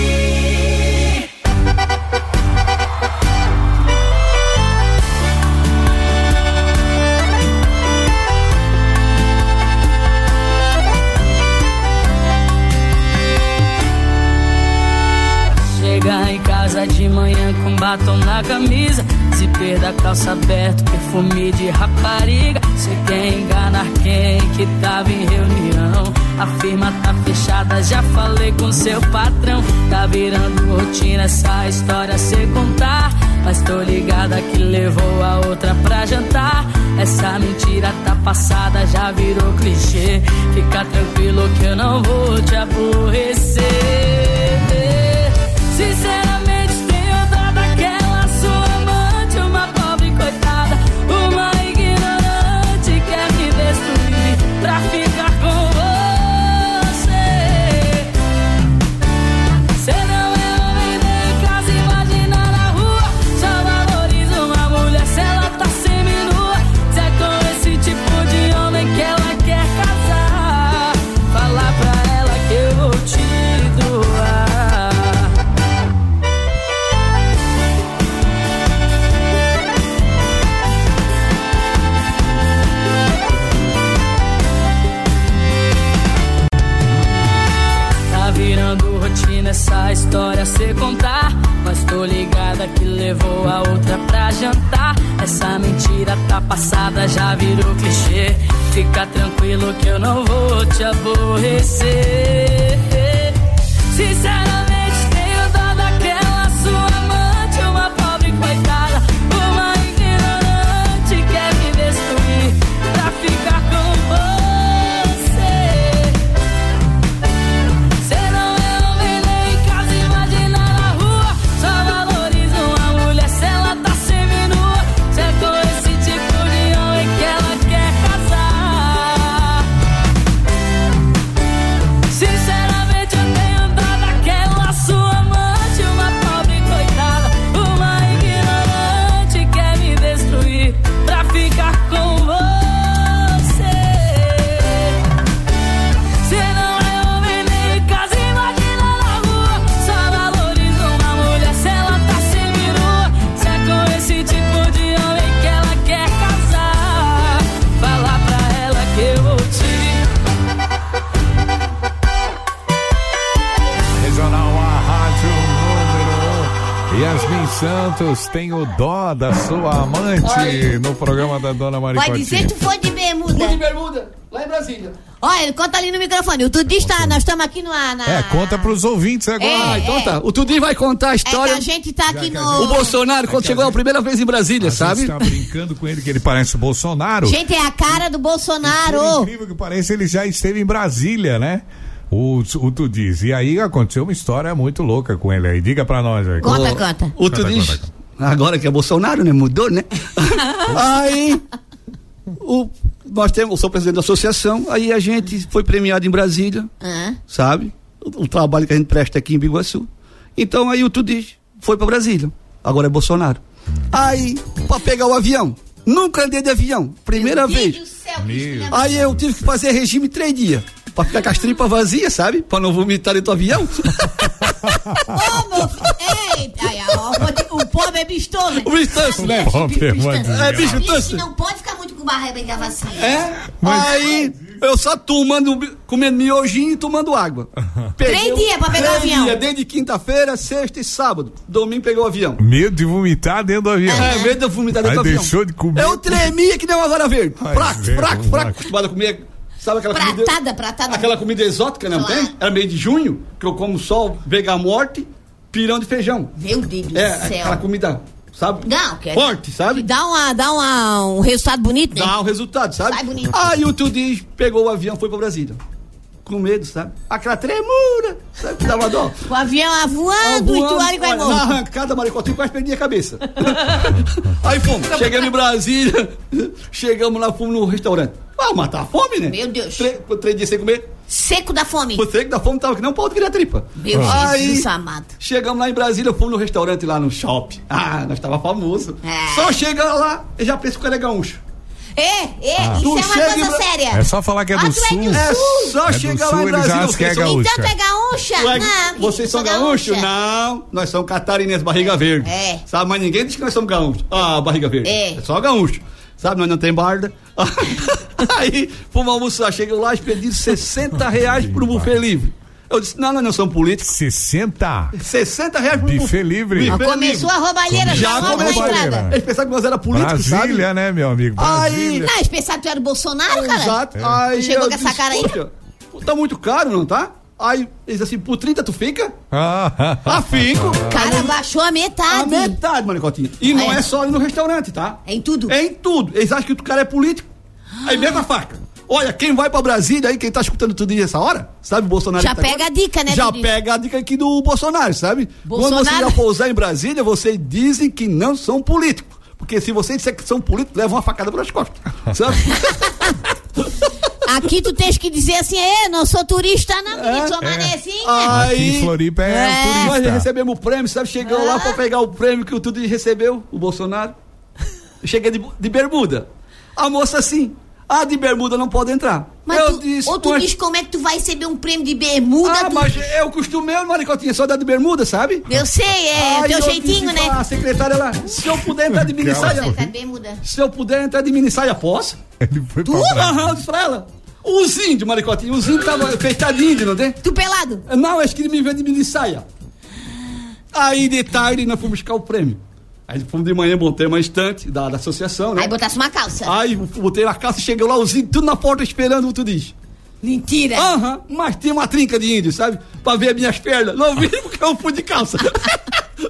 Speaker 14: Chegar em casa de manhã com batom na camisa Zíper da calça aberto, perfume de rapariga Você quer enganar quem que tava em reunião A firma tá fechada, já falei com seu patrão Tá virando rotina essa história a se contar Mas tô ligada que levou a outra pra jantar Essa mentira tá passada, já virou clichê Fica tranquilo que eu não vou te aborrecer Sinceramente, tenho dó daquela sua amante, uma pobre coitada, uma ignorante. Quer me destruir pra ficar com você. Você não é homem nem casa, imagina na rua. Só valoriza uma mulher se ela tá seminua. Se é com esse tipo de homem que ela quer casar, fala pra ela que eu vou te doar. Tá virando rotina essa história a se contar. Mas tô ligada que levou a outra pra jantar. Essa mentira tá passada, já virou clichê. Fica tranquilo que eu não vou te aborrecer. é Sinceramente, tenho dó daquela sua amante, uma pobre coitada, uma ignorante. Quer me destruir pra ficar com você. Você não é homem nem em casa, imagina na rua. Só valoriza uma mulher se ela tá seminua. Se é com esse tipo de homem que ela quer casar. Sinceramente, eu tenho dó daquela sua amante. Uma pobre coitada, uma ignorante. Quer me destruir pra ficar com você. Cê não é homem nem casa, imagina na rua. Só valoriza uma mulher se ela tá seminua. Se é com esse tipo de homem que ela quer casar, fala pra ela que eu vou te.
Speaker 2: Regional A Rádio número 1. Yasmin Santos tem o dó da sua amante
Speaker 3: Olha.
Speaker 2: no programa da Dona
Speaker 3: Pode
Speaker 2: Maricotinha.
Speaker 3: dizer que tu foi de bermuda. Fui de bermuda, lá em Brasília. Olha, conta ali no microfone. O Tudis tá, nós estamos aqui no ar. Na...
Speaker 2: É, conta pros ouvintes agora.
Speaker 3: É, Ah, então é. tá.
Speaker 4: O Tudinho vai contar a
Speaker 3: É
Speaker 4: história.
Speaker 3: que a gente tá aqui no.
Speaker 4: O Bolsonaro, quando chegou a primeira vez em Brasília, sabe?
Speaker 2: Tá brincando com ele que ele parece o Bolsonaro.
Speaker 3: Gente, é a cara do
Speaker 2: Por
Speaker 3: Bolsonaro.
Speaker 2: incrível que pareça, ele já esteve em Brasília, né? O, o Tudiz. E aí aconteceu uma história muito louca com ele aí. Diga pra nós aí.
Speaker 3: Conta, conta.
Speaker 4: O Tudis, agora que é Bolsonaro, né? Mudou, né? aí, o, nós temos, eu sou presidente da associação, aí a gente foi premiado em Brasília,
Speaker 3: Hã?
Speaker 4: sabe? O, o trabalho que a gente presta aqui em Biguaçu. Então aí o Tudis foi para Brasília, agora é Bolsonaro. Aí, para pegar o avião, nunca andei de avião, primeira vez. Aí eu tive que fazer regime três dias. Pra ficar com as tripas vazias, sabe? Pra não vomitar dentro do avião.
Speaker 3: Ô, meu filho. Eita, aí, ó, o pobre- o pobre é bistão, né?
Speaker 4: O bistão, né?
Speaker 2: Pobre, mano.
Speaker 4: É bicho
Speaker 3: Isso
Speaker 4: tanto.
Speaker 3: tá não pode ficar muito com barra bem assim.
Speaker 4: É? Aí eu só tomando, comendo miojinho e tomando água. um
Speaker 3: Três dias pra pegar o
Speaker 4: Três
Speaker 3: avião.
Speaker 4: dias, desde quinta-feira, sexta e sábado. Domingo pegou o avião.
Speaker 2: Medo de vomitar dentro do avião.
Speaker 4: É, medo de eu vomitar dentro
Speaker 2: Aí
Speaker 4: do avião.
Speaker 2: deixou de comer.
Speaker 4: Eu tremia que nem uma vara verde.
Speaker 2: Ai,
Speaker 4: fraco,
Speaker 2: velho,
Speaker 4: fraco, fraco. Acostumado a comer, sabe aquela comida...
Speaker 3: Pratada, pratada.
Speaker 4: Aquela comida exótica, não tem? Era meio de junho, que eu como só vegamorte, pirão de feijão.
Speaker 3: Meu Deus do
Speaker 4: É,
Speaker 3: céu.
Speaker 4: aquela comida, sabe?
Speaker 3: Não, que é
Speaker 4: Forte, sabe?
Speaker 3: Dá, uma, dá uma, um resultado bonito, né?
Speaker 4: Dá um resultado, sabe?
Speaker 3: Sai bonito.
Speaker 4: Aí o Tudis pegou o avião e foi pra Brasília. com medo, sabe? Aquela tremura, sabe? Que dava dó.
Speaker 3: O avião lá voando, e tu É olha e vai
Speaker 4: olha, Na
Speaker 3: morrer.
Speaker 4: arrancada, maricotinho, quase perdi a cabeça. Aí fomos, chegamos em Brasília, chegamos lá, fomos no restaurante. Ah, matar a fome, né?
Speaker 3: Meu Deus.
Speaker 4: Três, três dias sem comer.
Speaker 3: Seco da fome.
Speaker 4: Você que da fome tava que um não pode criar tripa.
Speaker 3: Meu
Speaker 4: Aí,
Speaker 3: Jesus amado.
Speaker 4: Chegamos lá em Brasília, fomos no restaurante lá no shopping. Ah, nós tava famoso. Só chega lá e já pensa que era gaúcho.
Speaker 3: É, é,
Speaker 2: Ah.
Speaker 3: isso
Speaker 2: Tu
Speaker 3: é uma
Speaker 2: chega
Speaker 3: coisa
Speaker 2: em Bra-
Speaker 3: séria.
Speaker 2: É só falar que é
Speaker 3: Ah,
Speaker 2: do
Speaker 3: tu
Speaker 2: sul.
Speaker 3: É, do sul.
Speaker 2: É do sul, eles acham que é gaúcha.
Speaker 3: Então tu é gaúcha?
Speaker 4: Ué,
Speaker 3: Não,
Speaker 4: vocês são gaúchos?
Speaker 3: gaúcha.
Speaker 4: Não, nós somos catarinenses, barriga verde.
Speaker 3: É.
Speaker 4: Sabe, mas ninguém diz que nós somos gaúchos. Ah, barriga verde.
Speaker 3: É.
Speaker 4: só gaúcho. Sabe, nós não tem barda. Aí, fomos almoçar, chegam lá e pedi 60 reais pro buffet livre. Eu disse, não, nós não somos políticos.
Speaker 2: 60?
Speaker 4: 60 reais pro buffet
Speaker 2: livre.
Speaker 3: Ó, começou a roubalheira,
Speaker 4: Já
Speaker 3: já logo na
Speaker 4: começou.
Speaker 3: entrada.
Speaker 4: Eles pensavam que nós era político, sabe?
Speaker 2: Brasília, né, meu amigo?
Speaker 4: Aí,
Speaker 3: Não, eles pensaram que tu era o Bolsonaro, cara.
Speaker 4: Exato.
Speaker 3: Tu
Speaker 2: É.
Speaker 4: Aí
Speaker 3: Chegou
Speaker 4: eu
Speaker 3: com essa
Speaker 4: disse,
Speaker 3: cara aí.
Speaker 4: "Poxa, Tá muito caro, não tá? Aí eles assim, por 30 tu fica?
Speaker 2: Ah,
Speaker 4: Tá Afinco.
Speaker 3: Cara, baixou a metade.
Speaker 4: A metade, Manicotinha. E não é só ali no restaurante, tá?
Speaker 3: É em tudo? Ah.
Speaker 4: É em tudo. Eles acham que o cara é político. Aí mesma faca. Olha, quem vai pra Brasília aí, quem tá escutando tudo isso essa hora, sabe o Bolsonaro?
Speaker 3: Já
Speaker 4: que tá
Speaker 3: pega a dica, né,
Speaker 4: Já
Speaker 3: Didi?
Speaker 4: pega a dica aqui do Bolsonaro, sabe?
Speaker 3: Bolsonaro-
Speaker 4: Quando você já pousar em Brasília, vocês dizem que não são políticos. Porque se vocês disser que são políticos, levam uma facada pelas costas. Sabe?
Speaker 3: Aqui tu tens que dizer assim, é, não sou turista não, menino, sou
Speaker 4: É.
Speaker 3: manezinha.
Speaker 4: Aí,
Speaker 2: Floripa é turista.
Speaker 4: Nós recebemos o prêmio, sabe? Chegamos lá
Speaker 3: Ah.
Speaker 4: pra pegar o prêmio que o Tudo recebeu, o Bolsonaro. Eu cheguei de, bu- de bermuda. A moça assim, ah, de bermuda não pode entrar.
Speaker 3: Mas
Speaker 4: eu
Speaker 3: tu,
Speaker 4: disse,
Speaker 3: ou tu
Speaker 4: "Pois,
Speaker 3: diz como é que tu vai receber um prêmio de bermuda?
Speaker 4: ah,
Speaker 3: tu-
Speaker 4: mas é o costume meu, Maricotinha, só dar de bermuda, sabe?
Speaker 3: Eu sei, é
Speaker 4: Aí
Speaker 3: teu
Speaker 4: eu
Speaker 3: jeitinho,
Speaker 4: disse
Speaker 3: né?
Speaker 4: pra secretária lá, se eu puder entrar de mini
Speaker 2: Calma,
Speaker 4: saia,
Speaker 2: pô.
Speaker 3: Tá de bermuda.
Speaker 4: se eu puder entrar de mini saia, posso?
Speaker 2: Ele foi pra Brasília.
Speaker 4: Aham, eu disse pra ela. Os índios, Maricotinha, os índios estavam feitadinhos, não tem? É,
Speaker 3: Tu pelado?
Speaker 4: Não, acho que ele me vende mini saia. Aí de tarde nós fomos buscar o prêmio. Aí fomos de manhã, montei uma estante da, da associação, né?
Speaker 3: Aí botasse uma calça.
Speaker 4: Aí botei na calça, chegou lá os índios, tudo na porta esperando o tu diz.
Speaker 3: Mentira.
Speaker 4: Aham, mas tem uma trinca de índios, sabe? Pra ver as minhas pernas. Não vi
Speaker 2: Ah.
Speaker 4: porque eu fui de calça.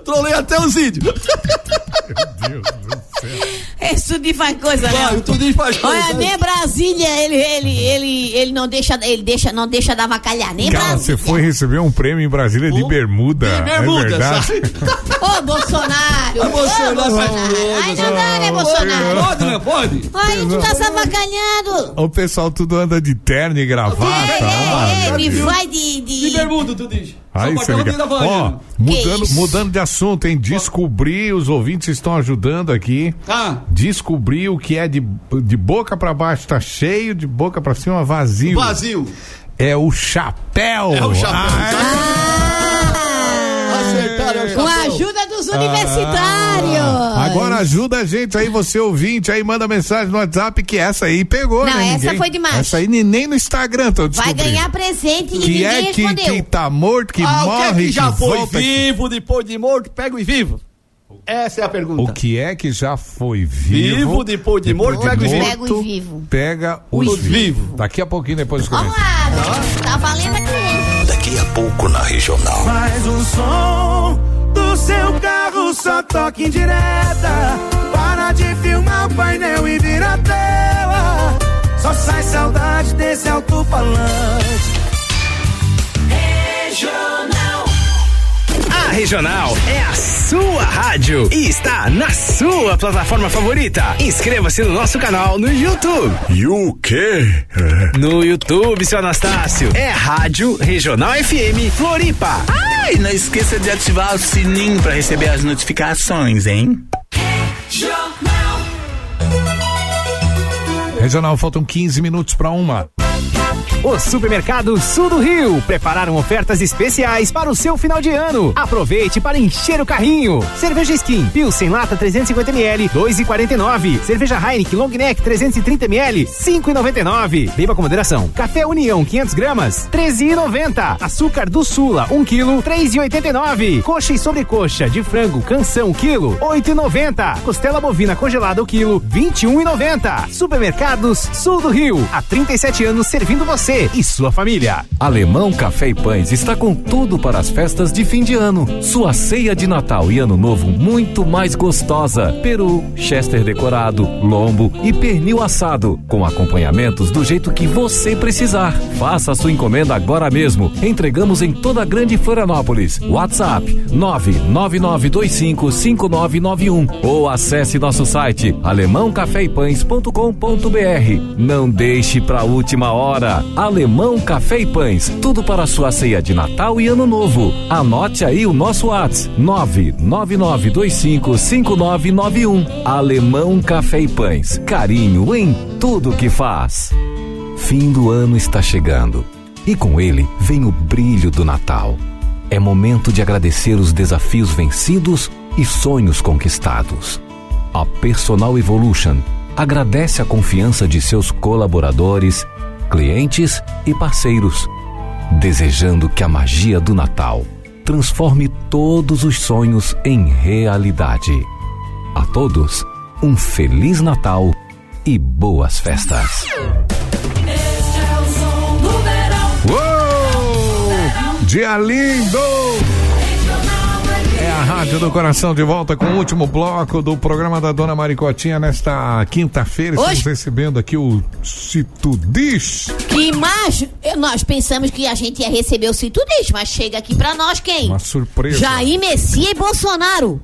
Speaker 4: Trolei até os índios.
Speaker 3: É Isso de faz coisa, né?
Speaker 4: Vai, o Tudinho faz coisa.
Speaker 3: Olha, nem Brasília, ele, ele, ele, ele não deixa, ele deixa, não deixa dar avacalhar, nem
Speaker 2: Cara, você
Speaker 3: Brasília.
Speaker 2: foi receber um prêmio em Brasília de bermuda.
Speaker 4: de bermuda,
Speaker 2: é verdade.
Speaker 4: sabe?
Speaker 3: Ô, Bolsonaro!
Speaker 4: Ô, Bolsonaro,
Speaker 3: Ai, não dá, né, Bolsonaro?
Speaker 4: Pode, né? Pode?
Speaker 3: Ai, tu tá se avacalhando!
Speaker 2: O pessoal tudo anda de terno e gravata.
Speaker 3: Ei,
Speaker 2: Ah,
Speaker 3: me
Speaker 2: meu Deus.
Speaker 3: vai de... de...
Speaker 4: De bermuda, tu diz.
Speaker 2: Aí
Speaker 4: Só
Speaker 2: você
Speaker 4: botava
Speaker 2: liga.
Speaker 4: dentro da
Speaker 2: Ó,
Speaker 4: Havaiana.
Speaker 2: mudando,
Speaker 3: isso?
Speaker 2: mudando de assunto, hein? Descobri, os ouvintes estão ajudando aqui.
Speaker 4: Ah.
Speaker 2: Descobri o que é de, de boca pra baixo tá cheio, de boca pra cima vazio.
Speaker 4: Vazio.
Speaker 2: É o chapéu.
Speaker 4: É o chapéu.
Speaker 2: Ah,
Speaker 4: Acertaram é o
Speaker 3: Com a
Speaker 4: chapéu.
Speaker 3: ajuda dos universitários!
Speaker 2: Agora ajuda a gente aí, você ouvinte, aí manda mensagem no WhatsApp que essa aí pegou,
Speaker 3: Não,
Speaker 2: né?
Speaker 3: essa
Speaker 2: ninguém?
Speaker 3: foi demais.
Speaker 2: Essa aí nem- nem no Instagram tô
Speaker 3: Vai
Speaker 2: descobrindo.
Speaker 3: ganhar presente
Speaker 2: que
Speaker 3: e ninguém
Speaker 2: é que,
Speaker 3: respondeu.
Speaker 2: que tá morto, que
Speaker 4: ah,
Speaker 2: morre,
Speaker 4: o que é que já foi
Speaker 2: volta, que-
Speaker 4: vivo, depois de morto, pego e vivo? Essa é a pergunta.
Speaker 2: O que é que já foi vivo?
Speaker 4: Vivo, depois de morto, pega os vivos.
Speaker 3: Pego e vivo.
Speaker 2: Pega os
Speaker 4: Os
Speaker 2: vivos.
Speaker 4: vivos.
Speaker 2: Daqui a pouquinho depois dos
Speaker 3: Vamos
Speaker 2: comentários.
Speaker 3: lá, tá valendo aqui.
Speaker 12: Daqui a pouco na regional.
Speaker 5: Mas o um som do seu carro só toca em direta. Para de filmar o painel e vira a tela. Só sai saudade desse alto-falante.
Speaker 6: Regional.
Speaker 9: A Regional é a sua rádio e está na sua plataforma favorita. Inscreva-se no nosso canal no YouTube.
Speaker 13: E o quê?
Speaker 9: No YouTube, seu Anastácio, é Rádio Regional FM Floripa.
Speaker 15: Ai, não esqueça de ativar o sininho para receber as notificações, hein?
Speaker 6: Jornal.
Speaker 2: Regional, faltam 15 minutos pra uma.
Speaker 9: O Supermercado Sul do Rio prepararam ofertas especiais para o seu final de ano. Aproveite para encher o carrinho. Cerveja Skin Pilsen lata 350ml 2,49. Cerveja Heineken Long Neck 330ml 5,99. Beba com moderação. Café União 500 gramas 13,90. Açúcar do Sula 1 kg 3,89. Coxa e sobrecoxa de frango Canção quilo 8,90. Costela bovina um congelada o quilo 21,90. Supermercados Sul do Rio há 37 anos servindo você você e sua família.
Speaker 11: Alemão Café e Pães está com tudo para as festas de fim de ano. Sua ceia de Natal e Ano Novo muito mais gostosa. Peru, Chester decorado, lombo e pernil assado, com acompanhamentos do jeito que você precisar. Faça sua encomenda agora mesmo. Entregamos em toda a Grande Florianópolis. WhatsApp 999255991 ou acesse nosso site alemãocafeipães.com.br. Não deixe para última hora. Alemão Café e Pães, tudo para a sua ceia de Natal e Ano Novo. Anote aí o nosso WhatsApp 999255991. Alemão Café e Pães, carinho em tudo que faz. Fim do ano está chegando e com ele vem o brilho do Natal. É momento de agradecer os desafios vencidos e sonhos conquistados. A Personal Evolution agradece a confiança de seus colaboradores, clientes e parceiros, desejando que a magia do Natal transforme todos os sonhos em realidade. A todos, um Feliz Natal e boas festas!
Speaker 6: Este é o som do verão.
Speaker 2: Uou! Dia lindo! É a Rádio do Coração de volta com o último bloco do programa da Dona Maricotinha nesta quinta-feira. Estamos recebendo aqui o Se Tu Diz.
Speaker 3: Que imagem! Eu- Nós pensamos que a gente ia receber o citudismo, mas chega aqui pra nós quem?
Speaker 2: Uma surpresa.
Speaker 3: Jair Messias e Bolsonaro.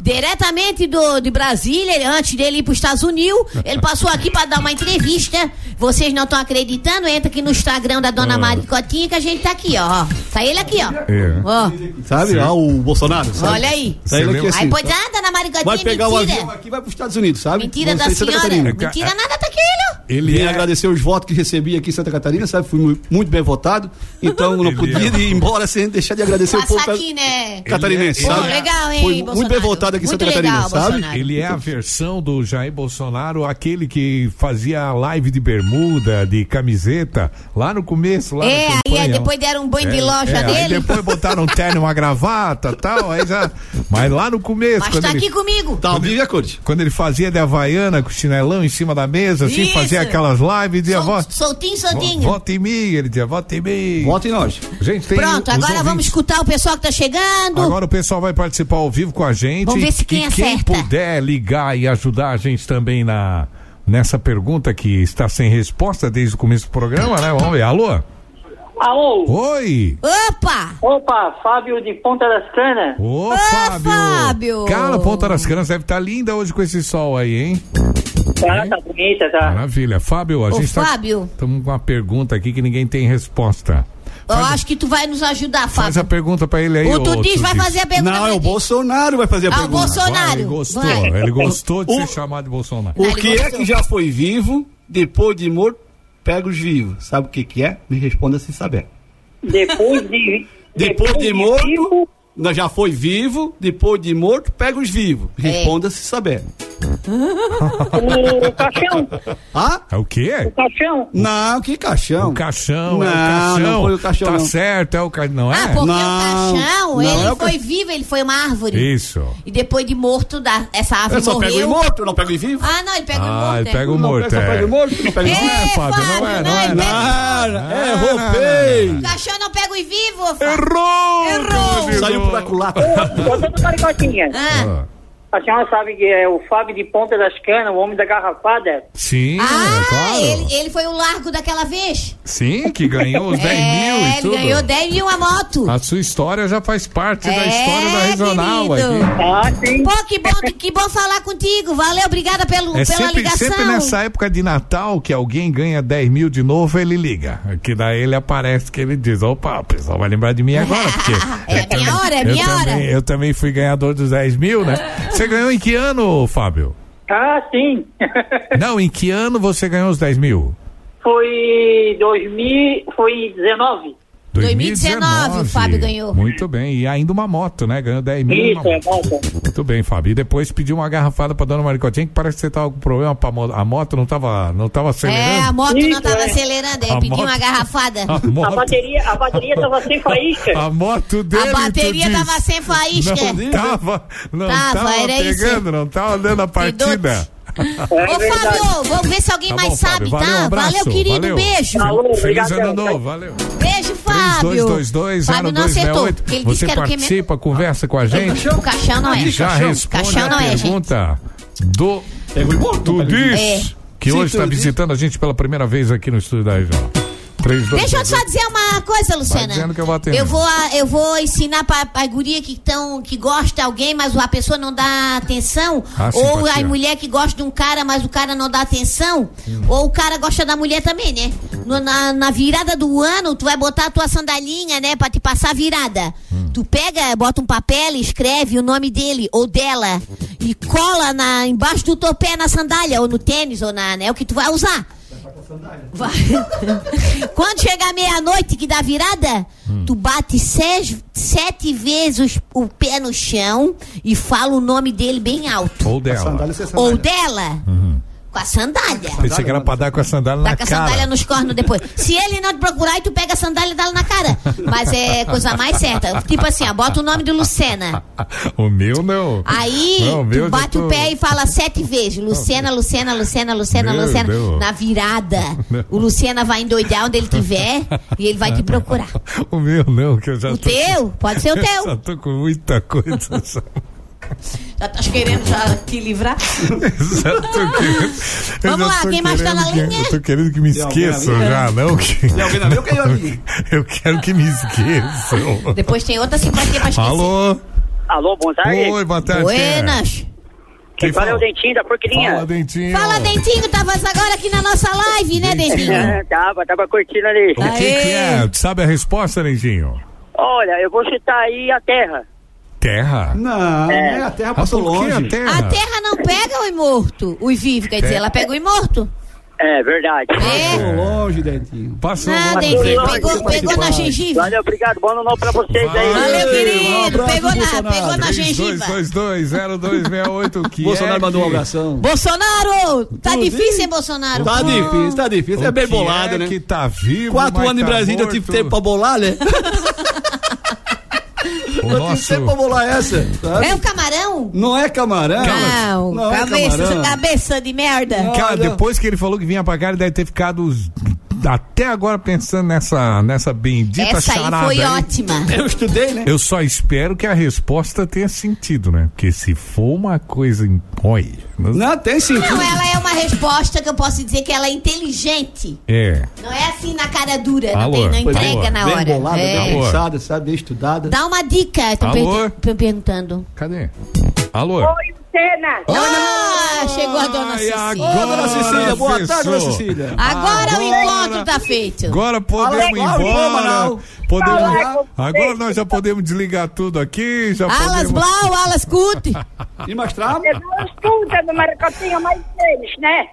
Speaker 3: Diretamente do, de Brasília, ele- antes dele ir para os Estados Unidos, ele passou aqui para dar uma entrevista. Vocês não estão acreditando? Entra aqui no Instagram da
Speaker 2: Ah.
Speaker 3: Dona Maricotinha que a gente tá aqui, ó. Tá ele aqui, ó.
Speaker 2: É.
Speaker 3: Ó,
Speaker 4: Sabe?
Speaker 2: Sim.
Speaker 4: lá o Bolsonaro. sabe?
Speaker 3: olha aí.
Speaker 4: Tá ele aqui assim.
Speaker 3: Aí, pois ah, Dona Maricotinha,
Speaker 4: Vai pegar o
Speaker 3: mentira.
Speaker 4: avião aqui, vai para os Estados Unidos, sabe?
Speaker 3: Mentira
Speaker 4: Vamos
Speaker 3: da
Speaker 4: sair de Santa
Speaker 3: senhora.
Speaker 4: Catarina.
Speaker 3: Mentira nada, tá aqui ele, ó.
Speaker 2: Ele
Speaker 4: Vim
Speaker 2: é-
Speaker 4: agradecer os votos que recebi aqui em Santa Catarina, sabe? Fui mu- muito bem votado. Então eu não podia
Speaker 2: é-
Speaker 4: ir embora sem deixar de agradecer o povo
Speaker 3: Passa
Speaker 4: ca-
Speaker 3: aqui, né?
Speaker 4: catarinense,
Speaker 3: Pô,
Speaker 4: sabe?
Speaker 3: legal, hein,
Speaker 4: Foi muito bem
Speaker 3: Bolsonaro?
Speaker 4: votado aqui em
Speaker 3: Muito
Speaker 4: Santa Catarina,
Speaker 3: legal,
Speaker 4: sabe?
Speaker 3: Bolsonaro.
Speaker 2: Ele é a versão do Jair Bolsonaro, aquele que fazia a live de bermuda, de camiseta, lá no começo, lá
Speaker 3: É,
Speaker 2: na
Speaker 3: aí
Speaker 2: campanha.
Speaker 3: é, depois deram um banho de
Speaker 2: É,
Speaker 3: loja
Speaker 2: é, aí
Speaker 3: nele.
Speaker 2: depois botaram um terno, uma gravata tal, aí já. Mas lá no começo.
Speaker 3: Mas
Speaker 2: quando
Speaker 3: tá
Speaker 2: ele-
Speaker 3: aqui comigo.
Speaker 4: Tá ao vivo e a cores.
Speaker 2: Quando ele fazia de Havaiana com o chinelão em cima da mesa, assim,
Speaker 3: Isso.
Speaker 2: fazia aquelas lives, dizia, vota,
Speaker 3: Soltinho,
Speaker 2: vo-
Speaker 3: soltinho.
Speaker 2: vota em mim, ele dizia, vota em mim.
Speaker 4: Vota em nós.
Speaker 2: Gente, tem
Speaker 3: Pronto,
Speaker 2: os
Speaker 3: agora vamos
Speaker 2: ouvintes.
Speaker 3: escutar o pessoal que tá chegando.
Speaker 2: Agora o pessoal vai participar ao vivo com a gente.
Speaker 3: Vamos ver se quem
Speaker 2: e quem
Speaker 3: acerta.
Speaker 2: puder ligar e ajudar a gente também na, nessa pergunta que está sem resposta desde o começo do programa, né? Vamos ver. Alô?
Speaker 16: Alô?
Speaker 2: Oi!
Speaker 3: Opa!
Speaker 16: Opa, Fábio de Ponta das Canas.
Speaker 2: Ô, Fábio!
Speaker 16: Fábio!
Speaker 2: Cara, Ponta das Canas deve estar linda hoje com esse sol aí, hein?
Speaker 16: Ah, tá bonita, tá?
Speaker 2: Maravilha. Fábio, a
Speaker 3: Ô,
Speaker 2: gente tá está
Speaker 3: Fábio.
Speaker 2: Estamos com uma pergunta aqui que ninguém tem resposta.
Speaker 3: Eu acho que tu vai nos ajudar,
Speaker 2: um- Faz a
Speaker 3: Fábio.
Speaker 2: pergunta pra ele aí.
Speaker 3: O
Speaker 2: ô,
Speaker 3: Tudis vai fazer a pergunta.
Speaker 4: Não, é o Bolsonaro
Speaker 2: um-
Speaker 4: vai fazer a
Speaker 3: né? Ah, o
Speaker 4: pergunta.
Speaker 3: Bolsonaro.
Speaker 2: Ele gostou,
Speaker 3: Vai.
Speaker 2: ele gostou de
Speaker 4: O-
Speaker 2: ser chamado de Bolsonaro.
Speaker 4: O que é que já foi vivo, depois de morto, pega os vivos. Sabe o que que é? Me responda sem saber.
Speaker 16: Depois de.
Speaker 4: Depois de morto,
Speaker 16: vivo,
Speaker 4: nós já foi vivo, depois de morto, pega os vivos.
Speaker 3: É.
Speaker 4: Responda se saber.
Speaker 16: O caixão.
Speaker 4: Ah?
Speaker 2: É o quê?
Speaker 16: O caixão.
Speaker 4: Não, que caixão.
Speaker 2: O caixão, é o
Speaker 4: Não,
Speaker 2: caixão.
Speaker 4: não foi o caixão,
Speaker 2: Tá
Speaker 4: não.
Speaker 2: certo, é o caixão, não é?
Speaker 3: Ah, porque o caixão,
Speaker 4: não
Speaker 3: ele
Speaker 4: é o
Speaker 3: foi vivo, ele foi uma árvore.
Speaker 2: Isso.
Speaker 3: E depois de morto, da, essa árvore
Speaker 4: Eu só
Speaker 3: Ah, morreu.
Speaker 4: pego o morto, eu não pego o vivo.
Speaker 3: Ah, não, ele pega o
Speaker 2: Ah,
Speaker 3: morto.
Speaker 2: ele
Speaker 3: é.
Speaker 2: pega o morto,
Speaker 4: Só pega
Speaker 2: é.
Speaker 4: o morto, não pega o
Speaker 2: Não é, Fábio, não é, não é.
Speaker 4: É,
Speaker 2: Ah,
Speaker 4: roupei.
Speaker 3: O caixão não pega o vivo, Fábio.
Speaker 2: Errou!
Speaker 3: Errou!
Speaker 4: Saiu por culata.
Speaker 16: Ô, dona Maricotinha,
Speaker 3: Ah,
Speaker 16: a senhora sabe que é o Fábio de Ponta das Canas, o homem da garrafada.
Speaker 2: Sim,
Speaker 3: Ah,
Speaker 2: é claro.
Speaker 3: ele, ele foi o largo daquela vez.
Speaker 2: Sim, que ganhou os 10
Speaker 3: é,
Speaker 2: mil e
Speaker 3: ele
Speaker 2: tudo.
Speaker 3: ganhou 10 mil a moto.
Speaker 2: A sua história já faz parte da
Speaker 3: É,
Speaker 2: história da regional aqui.
Speaker 3: querido.
Speaker 16: Ah,
Speaker 3: Pô, que bom, que bom falar contigo. Valeu, obrigada pelo,
Speaker 2: É
Speaker 3: pela
Speaker 2: sempre,
Speaker 3: ligação.
Speaker 2: sempre nessa época de Natal que alguém ganha 10 mil de novo, ele liga. Que daí ele aparece que ele diz: opa, o pessoal vai lembrar de mim agora. Porque
Speaker 3: É minha hora, é
Speaker 2: eu,
Speaker 3: minha hora.
Speaker 2: também, eu também fui ganhador dos 10 mil, né? Você ganhou em que ano, Fábio?
Speaker 16: Ah, sim.
Speaker 2: Não, em que ano você ganhou os 10 mil?
Speaker 16: Foi 2000. Foi 19.
Speaker 3: 2019, o Fábio ganhou.
Speaker 2: Muito bem, e ainda uma moto, né? Ganhou 10 mil. e uma
Speaker 16: Isso, é
Speaker 2: moto.
Speaker 16: nota.
Speaker 2: Muito bem, Fábio. E depois pediu uma garrafada pra dona Maricotinha, que parece que você tava com problema pra mo- a moto, não tava, não tava acelerando.
Speaker 3: É, a moto não
Speaker 16: Isso,
Speaker 3: tava
Speaker 16: é.
Speaker 3: acelerando, eu
Speaker 2: A
Speaker 3: pedi
Speaker 2: moto-
Speaker 3: uma garrafada.
Speaker 2: A
Speaker 16: A
Speaker 2: moto,
Speaker 16: bateria, a bateria tava sem faísca.
Speaker 2: a moto dele.
Speaker 3: A bateria
Speaker 2: tu diz,
Speaker 3: tava sem faísca.
Speaker 2: Não tava, não
Speaker 3: Tava,
Speaker 2: tava
Speaker 3: era isso.
Speaker 2: pegando, não tava dando a partida.
Speaker 16: É
Speaker 3: Ô, Fábio, vamos ver se alguém
Speaker 2: Tá bom,
Speaker 3: mais
Speaker 2: Fábio.
Speaker 3: sabe,
Speaker 2: Valeu,
Speaker 3: tá?
Speaker 2: um abraço.
Speaker 3: valeu, querido.
Speaker 2: Valeu.
Speaker 3: Beijo.
Speaker 2: Feliz ano novo, valeu.
Speaker 3: Beijo, Fábio.
Speaker 2: 3222
Speaker 3: Fábio não acertou. porque Ele disse
Speaker 2: Você
Speaker 3: que era o quê mesmo?
Speaker 2: participa, conversa com a gente.
Speaker 3: O caixão não é.
Speaker 2: E já responde
Speaker 3: Caixão não
Speaker 2: a
Speaker 3: é, gente.
Speaker 2: pergunta do Tudis,
Speaker 3: É.
Speaker 2: que
Speaker 3: Sim,
Speaker 2: hoje está
Speaker 3: tu diz.
Speaker 2: visitando a gente pela primeira vez aqui no estúdio da região.
Speaker 3: Deixa eu só dizer uma coisa, Luciana.
Speaker 2: dizendo que eu vou atender.
Speaker 3: eu vou, a- eu vou ensinar pra, pra guria que, tão, que gosta alguém, mas a pessoa não dá atenção.
Speaker 2: Ah,
Speaker 3: ou a
Speaker 2: simpatia.
Speaker 3: mulher que gosta de um cara, mas o cara não dá atenção. Ou o cara gosta da mulher também, né? No- na, na virada do ano, tu vai botar a tua sandalinha, né? Pra te passar a virada.
Speaker 2: Hum.
Speaker 3: Tu pega, bota um papel e escreve o nome dele ou dela. E cola na, embaixo do teu pé na sandália, ou no tênis, ou na, né? O que tu vai usar. Quando chegar meia-noite que dá virada,
Speaker 2: Hum.
Speaker 3: tu bate seis, sete vezes o pé no chão e fala o nome dele bem alto.
Speaker 2: Ou dela. Uhum.
Speaker 3: Ou dela. Com a sandália.
Speaker 2: Pensei que era pra dar com a sandália
Speaker 3: Tá
Speaker 2: na
Speaker 3: com a
Speaker 2: cara.
Speaker 3: sandália nos cornos depois. Se ele não te procurar, aí tu pega a sandália e dá na cara. Mas é coisa mais certa. Tipo assim, ó, bota o nome do Lucena.
Speaker 2: O meu não.
Speaker 3: Aí
Speaker 2: Não, o meu
Speaker 3: tu
Speaker 2: já
Speaker 3: bate
Speaker 2: tô-
Speaker 3: o pé e fala sete vezes. Lucena, Lucena, Lucena, Lucena,
Speaker 2: Meu
Speaker 3: Lucena.
Speaker 2: Deus.
Speaker 3: Na virada.
Speaker 2: Não.
Speaker 3: O Lucena vai endoidar onde ele tiver e ele vai te procurar.
Speaker 2: O meu não, que eu já
Speaker 3: O
Speaker 2: tô.
Speaker 3: teu? Pode ser o
Speaker 2: Eu
Speaker 3: teu.
Speaker 2: Só tô com muita coisa. só-
Speaker 3: Já estás querendo já te livrar?
Speaker 2: Já tô querendo- eu
Speaker 3: Vamos
Speaker 2: já
Speaker 3: lá,
Speaker 2: tô
Speaker 3: quem mais tá
Speaker 2: querendo
Speaker 3: na
Speaker 2: que-
Speaker 3: linha?
Speaker 2: Eu tô querendo que me
Speaker 4: Tem alguém na
Speaker 2: esqueçam
Speaker 4: linha?
Speaker 2: já, não? Que...
Speaker 4: Tem alguém na linha? Eu quero
Speaker 2: Eu quero que me esqueçam.
Speaker 3: Depois tem outra simpatia pra esquecer.
Speaker 2: Alô?
Speaker 16: Alô, boa tarde.
Speaker 2: Oi, boa tarde. quem é?
Speaker 3: Buenas.
Speaker 2: Quem
Speaker 16: Tá Quem fala é o
Speaker 2: fala?
Speaker 16: Dentinho da Porquilinha.
Speaker 2: Fala, Dentinho.
Speaker 3: Fala, Dentinho, tavas agora aqui na nossa live, né, Dentinho?
Speaker 16: tava, tava curtindo ali.
Speaker 2: O que, que é? Tu Sabe a resposta, Dentinho?
Speaker 16: Olha, eu vou citar aí a terra.
Speaker 2: Terra?
Speaker 4: Não,
Speaker 16: É.
Speaker 4: né? a terra
Speaker 2: Ah,
Speaker 4: passou
Speaker 2: por que
Speaker 4: longe.
Speaker 2: a terra?
Speaker 3: A terra não pega o imorto, o vivo, quer dizer,
Speaker 2: É.
Speaker 3: ela pega o imorto.
Speaker 16: É, verdade.
Speaker 3: É.
Speaker 4: Passou longe, Dentinho.
Speaker 2: Passou.
Speaker 3: Não,
Speaker 2: longe.
Speaker 3: Dentinho, pegou, pegou na gengiva.
Speaker 16: Valeu, obrigado. Bom ano novo pra vocês aí.
Speaker 3: Valeu,
Speaker 4: Um
Speaker 3: querido.
Speaker 4: abraço,
Speaker 3: Pegou na,
Speaker 4: Bolsonaro.
Speaker 3: pegou na
Speaker 2: 3222
Speaker 3: gengiva.
Speaker 2: 0268 que
Speaker 4: Bolsonaro
Speaker 2: é
Speaker 4: mandou um
Speaker 2: que-
Speaker 4: abração.
Speaker 3: Bolsonaro! Tá
Speaker 4: Inclusive,
Speaker 3: difícil, hein, Bolsonaro? Hum.
Speaker 4: Tá difícil, tá difícil.
Speaker 2: o
Speaker 4: É bem
Speaker 2: que
Speaker 4: bolado,
Speaker 2: é
Speaker 4: né?
Speaker 2: que tá vivo,
Speaker 4: Quatro
Speaker 2: mas
Speaker 4: anos em
Speaker 2: tá
Speaker 4: Brasília eu tive
Speaker 2: morto.
Speaker 4: tempo pra bolar, né?
Speaker 2: O
Speaker 4: Eu tive
Speaker 2: nosso...
Speaker 4: tempo pra bolar essa. sabe?
Speaker 3: É o camarão?
Speaker 4: Não é camarão?
Speaker 3: Não,
Speaker 4: Não é
Speaker 3: cabeça,
Speaker 4: camarão.
Speaker 3: cabeça de merda.
Speaker 2: Cara,
Speaker 4: Olha.
Speaker 2: depois que ele falou que vinha pra cá, ele deve ter ficado os- até agora pensando nessa, nessa bendita
Speaker 3: Essa aí
Speaker 2: charada.
Speaker 3: foi
Speaker 2: aí.
Speaker 3: ótima.
Speaker 4: Eu estudei, né?
Speaker 2: Eu só espero que a resposta tenha sentido, né? Porque se for uma coisa em né? Olha, não-
Speaker 4: Não, tem sentido.
Speaker 3: Não, ela é uma resposta que eu posso dizer que ela é inteligente.
Speaker 2: É.
Speaker 3: Não é assim na cara dura,
Speaker 2: Alô?
Speaker 3: não, tem, não
Speaker 2: Pois é.
Speaker 3: entrega na
Speaker 4: bem
Speaker 3: hora.
Speaker 4: bolada,
Speaker 3: É.
Speaker 4: bem
Speaker 2: Alô?
Speaker 4: pensada, sabe? Bem estudada.
Speaker 3: Dá uma dica, tô
Speaker 2: Alô?
Speaker 3: perde- tô perguntando.
Speaker 2: Cadê?
Speaker 3: um
Speaker 2: Alô?
Speaker 6: Lucena.
Speaker 3: Ah, chegou a dona
Speaker 2: Ai,
Speaker 3: Cecília.
Speaker 2: agora,
Speaker 4: Ô, dona Cecília, boa tarde, dona
Speaker 2: fechou.
Speaker 4: Cecília.
Speaker 3: Agora o encontro tá feito.
Speaker 2: Agora
Speaker 4: Fala,
Speaker 2: podemos ir
Speaker 4: Cláudio, vamos,
Speaker 2: embora.
Speaker 4: Manau.
Speaker 2: Podemos...
Speaker 4: Fala, Cláudio.
Speaker 2: Agora nós já podemos desligar tudo aqui. Já
Speaker 3: Alas
Speaker 2: podemos...
Speaker 3: Blau, Alas Cut.
Speaker 4: E mostrar?
Speaker 6: Eu não escuta do Maracotinha mais deles, né?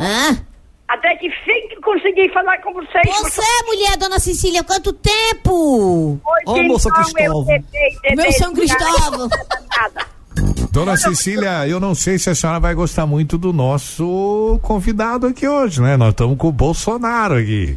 Speaker 3: Hã?
Speaker 6: Até que fim que consegui falar com vocês.
Speaker 3: Você, é mulher, dona Cecília, quanto tempo?
Speaker 4: Ô, moça Cristóvão.
Speaker 3: Meu São Cristóvão.
Speaker 2: Dona Cecília, eu não sei se a senhora vai gostar muito do nosso convidado aqui hoje, né? Nós estamos com o Bolsonaro aqui.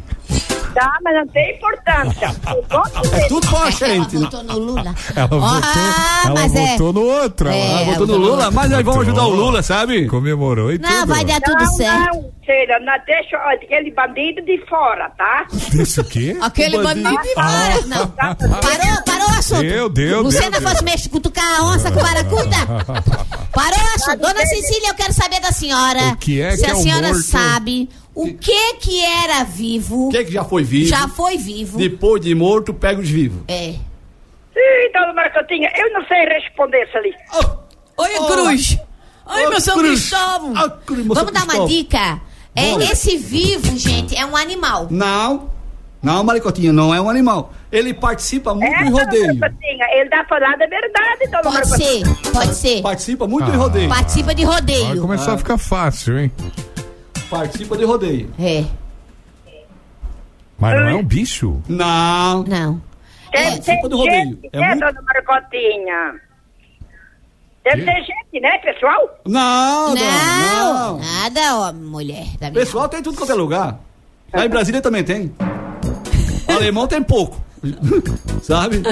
Speaker 6: Tá, mas não tem importância. Eu gosto dele.
Speaker 4: Tudo bom,
Speaker 3: Ela
Speaker 4: gente.
Speaker 3: votou no Lula.
Speaker 2: Ela votou,
Speaker 3: Ah,
Speaker 2: ela
Speaker 3: mas é.
Speaker 2: votou no outro.
Speaker 3: É,
Speaker 2: Ela
Speaker 4: Votou no Lula, mas nós vamos ajudar o Lula, sabe?
Speaker 2: comemorou e
Speaker 3: Não,
Speaker 2: tudo.
Speaker 3: vai dar tudo
Speaker 6: não,
Speaker 3: certo.
Speaker 6: não, Sheila, não deixa aquele bandido de fora, tá?
Speaker 2: Isso o quê?
Speaker 3: Aquele
Speaker 4: bandido.
Speaker 6: assim?
Speaker 3: bandido de
Speaker 6: Ah.
Speaker 4: Ah.
Speaker 3: fora. Não. Parou, parou o assunto.
Speaker 2: Deu, deu,
Speaker 3: Luciana
Speaker 2: deu, deu.
Speaker 3: fosse mexer, cutucar a onça com baracuda. Parou o assunto. Dona Cecília, eu quero saber da senhora.
Speaker 2: O que é
Speaker 3: se
Speaker 2: que é
Speaker 3: a
Speaker 2: o
Speaker 3: senhora
Speaker 2: morto?
Speaker 3: sabe o que que era vivo,
Speaker 4: Quem é que já foi vivo?
Speaker 3: já foi vivo.
Speaker 4: Depois de morto, pega os vivos.
Speaker 3: É.
Speaker 6: Ih, dona Maracotinha, então, eu não sei responder isso ali.
Speaker 17: Oi,
Speaker 4: Ô,
Speaker 17: Cruz. Oi,
Speaker 4: Oh, ô,
Speaker 17: meu São
Speaker 4: Cruz.
Speaker 17: Cristóvão.
Speaker 4: Ah, cruz, moça
Speaker 3: Vamos dar uma
Speaker 4: Cristóvão.
Speaker 3: dica. É,
Speaker 4: Bora.
Speaker 3: esse vivo, gente, é um animal.
Speaker 4: Não, não, Maricotinha, não é um animal. Ele participa muito
Speaker 6: É,
Speaker 4: em
Speaker 6: dona
Speaker 4: rodeio.
Speaker 6: Maracotinha,
Speaker 3: é
Speaker 6: ele tá falando a verdade, dona
Speaker 3: Pode
Speaker 6: Maracotinha.
Speaker 3: ser, pode ser.
Speaker 4: Participa muito
Speaker 2: Ah.
Speaker 4: em rodeio.
Speaker 3: Participa de
Speaker 2: Agora
Speaker 3: rodeio.
Speaker 6: Ah.
Speaker 2: começou a ficar fácil, hein?
Speaker 4: Participa de rodeio.
Speaker 3: É,
Speaker 2: Mas não é um bicho?
Speaker 4: Não.
Speaker 3: não.
Speaker 6: Deve ter
Speaker 4: tipo do rodeio.
Speaker 6: gente,
Speaker 4: É
Speaker 6: né,
Speaker 4: muito-
Speaker 6: dona Maracotinha? Deve ter gente, né, pessoal?
Speaker 4: Não, não,
Speaker 3: Não,
Speaker 4: não.
Speaker 3: nada, ó, mulher. Da minha
Speaker 4: Pessoal tem tudo quanto é lugar. Lá em Brasília também tem. Alemão tem pouco. Sabe?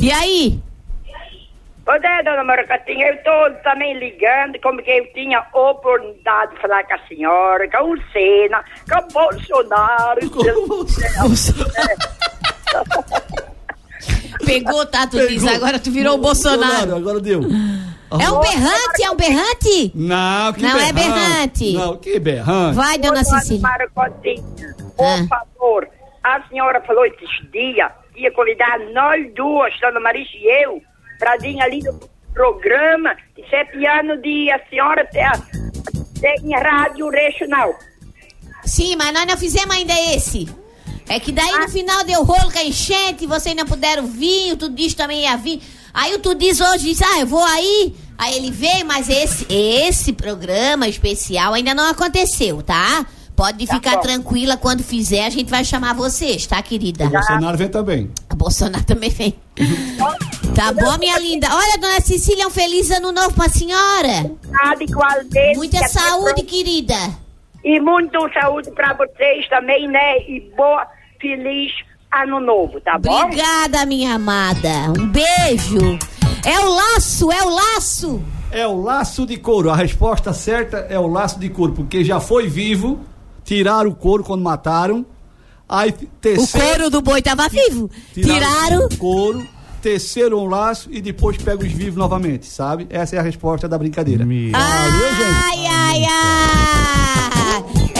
Speaker 3: E aí?
Speaker 6: Pois é, dona Maracatinha, eu tô também ligando como que eu tinha oportunidade de falar com a senhora, com o Senna, com o Bolsonaro.
Speaker 3: Pegou, tá? Tu diz,
Speaker 4: Pegou.
Speaker 3: agora tu virou o Bolsonaro.
Speaker 4: Agora deu.
Speaker 3: É um berrante, é um berrante?
Speaker 4: Não, que
Speaker 3: Não é
Speaker 4: berrante.
Speaker 3: berrante.
Speaker 4: Não, que berrante.
Speaker 3: Vai, dona Cecília. Ah.
Speaker 6: Maracatinha, por favor, a senhora falou esses dias que ia convidar nós duas, dona Marisa e eu, pra vir ali no programa, isso é piano de a senhora ter, ter em rádio regional.
Speaker 3: Sim, mas nós não fizemos ainda esse. É que daí
Speaker 6: Ah.
Speaker 3: no final deu rolo com a enchente, vocês não puderam vir, o Tudis também ia vir. Aí o Tudis hoje disse, ah, eu vou aí. Aí ele veio, mas esse, esse programa especial ainda não aconteceu, tá? Pode ficar tranquila, quando fizer a gente vai chamar vocês, tá, querida?
Speaker 4: O Bolsonaro vem também.
Speaker 3: A Bolsonaro também vem. tá bom, minha linda? Olha, dona Cecília, um feliz ano novo pra senhora. Muita saúde, querida.
Speaker 6: é E muito saúde pra vocês também, né? E boa, feliz ano novo, tá bom?
Speaker 3: Obrigada, minha amada. Um beijo. É o laço, é o laço.
Speaker 4: É o laço de couro. A resposta certa é o laço de couro, porque já foi vivo, tiraram o couro quando mataram. Aí
Speaker 3: O
Speaker 4: teceram,
Speaker 3: couro do boi tava vivo. Tiraram.
Speaker 4: o couro, teceram um laço e depois pegam os vivos novamente, sabe? Essa é a resposta da brincadeira.
Speaker 3: Ai, ai, ai.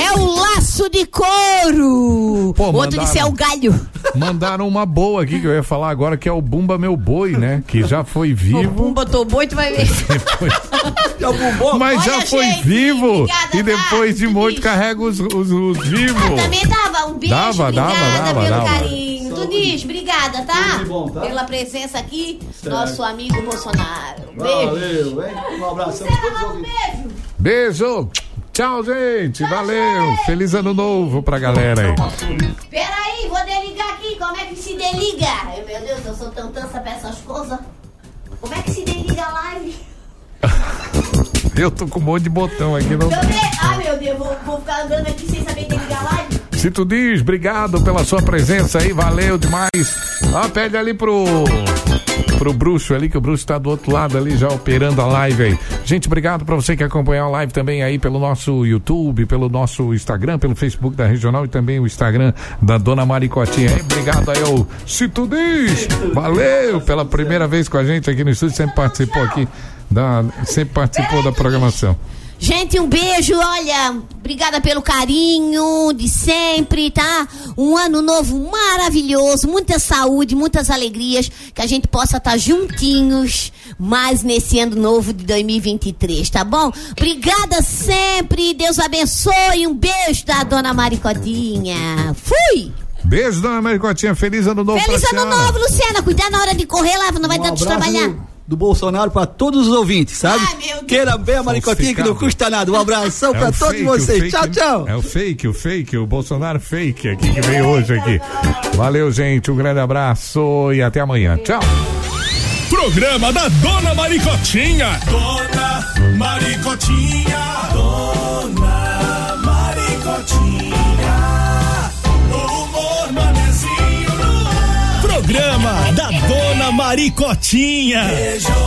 Speaker 3: É o laço de couro. Outro
Speaker 2: mandaram.
Speaker 3: disse é o galho.
Speaker 2: Mandaram uma boa aqui que eu ia falar agora, que é o Bumba Meu Boi, né? Que já foi vivo.
Speaker 3: Pumba, tô boi, tu vai ver.
Speaker 2: Mas
Speaker 3: Olha,
Speaker 2: já foi
Speaker 3: gente,
Speaker 2: vivo
Speaker 3: obrigada,
Speaker 2: e depois de morto carrega os, os, os vivos.
Speaker 3: Também dava um beijo,
Speaker 2: Dava, dava,
Speaker 3: obrigada
Speaker 2: dava,
Speaker 3: pelo
Speaker 2: dava.
Speaker 3: carinho. Tunis, obrigada, tá?
Speaker 4: Tudo de bom, tá?
Speaker 3: Pela presença aqui,
Speaker 4: Certo.
Speaker 3: nosso amigo Bolsonaro. Um beijo.
Speaker 4: Valeu, hein? Um abraço. a todos os ouvintes.
Speaker 2: Beijo. Tchau, gente. Valeu. Feliz ano novo pra galera aí.
Speaker 3: Peraí, vou desligar aqui. Como é que se desliga? Ai, Meu Deus, eu sou tão tansa pra essas coisas. Como é que se desliga a live?
Speaker 2: Eu tô com um monte de botão aqui. Não...
Speaker 3: Também. Ai, meu Deus, vou, vou ficar andando aqui sem saber desligar a live.
Speaker 2: Se tu diz, obrigado pela sua presença aí, valeu demais. Ah, pede ali pro pro bruxo ali, que o bruxo tá do outro lado ali já operando a live aí. Gente, obrigado pra você que acompanhou a live também aí pelo nosso YouTube, pelo nosso Instagram, pelo Facebook da Regional e também o Instagram da Dona Maricotinha. aí. Obrigado aí ao Se Tu Diz. Valeu pela primeira vez com a gente aqui no estúdio, sempre participou aqui da sempre participou da programação.
Speaker 3: Gente, um beijo, olha, obrigada pelo carinho de sempre, tá? Um ano novo maravilhoso, muita saúde, muitas alegrias, que a gente possa estar juntinhos mais nesse ano novo de 2023, tá bom? Obrigada sempre, Deus abençoe, um beijo da dona Maricotinha. Fui!
Speaker 2: Beijo, Dona Maricotinha, feliz ano novo
Speaker 3: Feliz
Speaker 2: pra
Speaker 3: ano
Speaker 2: senhora.
Speaker 3: novo, Luciana, cuidado na hora de correr lá, não vai dar Tá de
Speaker 4: Um abraço
Speaker 3: trabalhar.
Speaker 4: do- Do Bolsonaro para todos os ouvintes, sabe? Queira bem a maricotinha que não custa nada. Um abração
Speaker 2: É
Speaker 4: pra
Speaker 2: o
Speaker 4: todos
Speaker 2: fake, o
Speaker 4: vocês.
Speaker 2: fake,
Speaker 4: Tchau, tchau.
Speaker 2: É o fake, o fake, o Bolsonaro fake aqui que veio hoje aqui. Valeu, gente, um grande abraço e até amanhã. Tchau.
Speaker 1: Programa da Dona Maricotinha. Dona Maricotinha. Dona Maricotinha. O humor manezinho no ar.
Speaker 18: Programa da Dona Maricotinha.
Speaker 1: Beijo.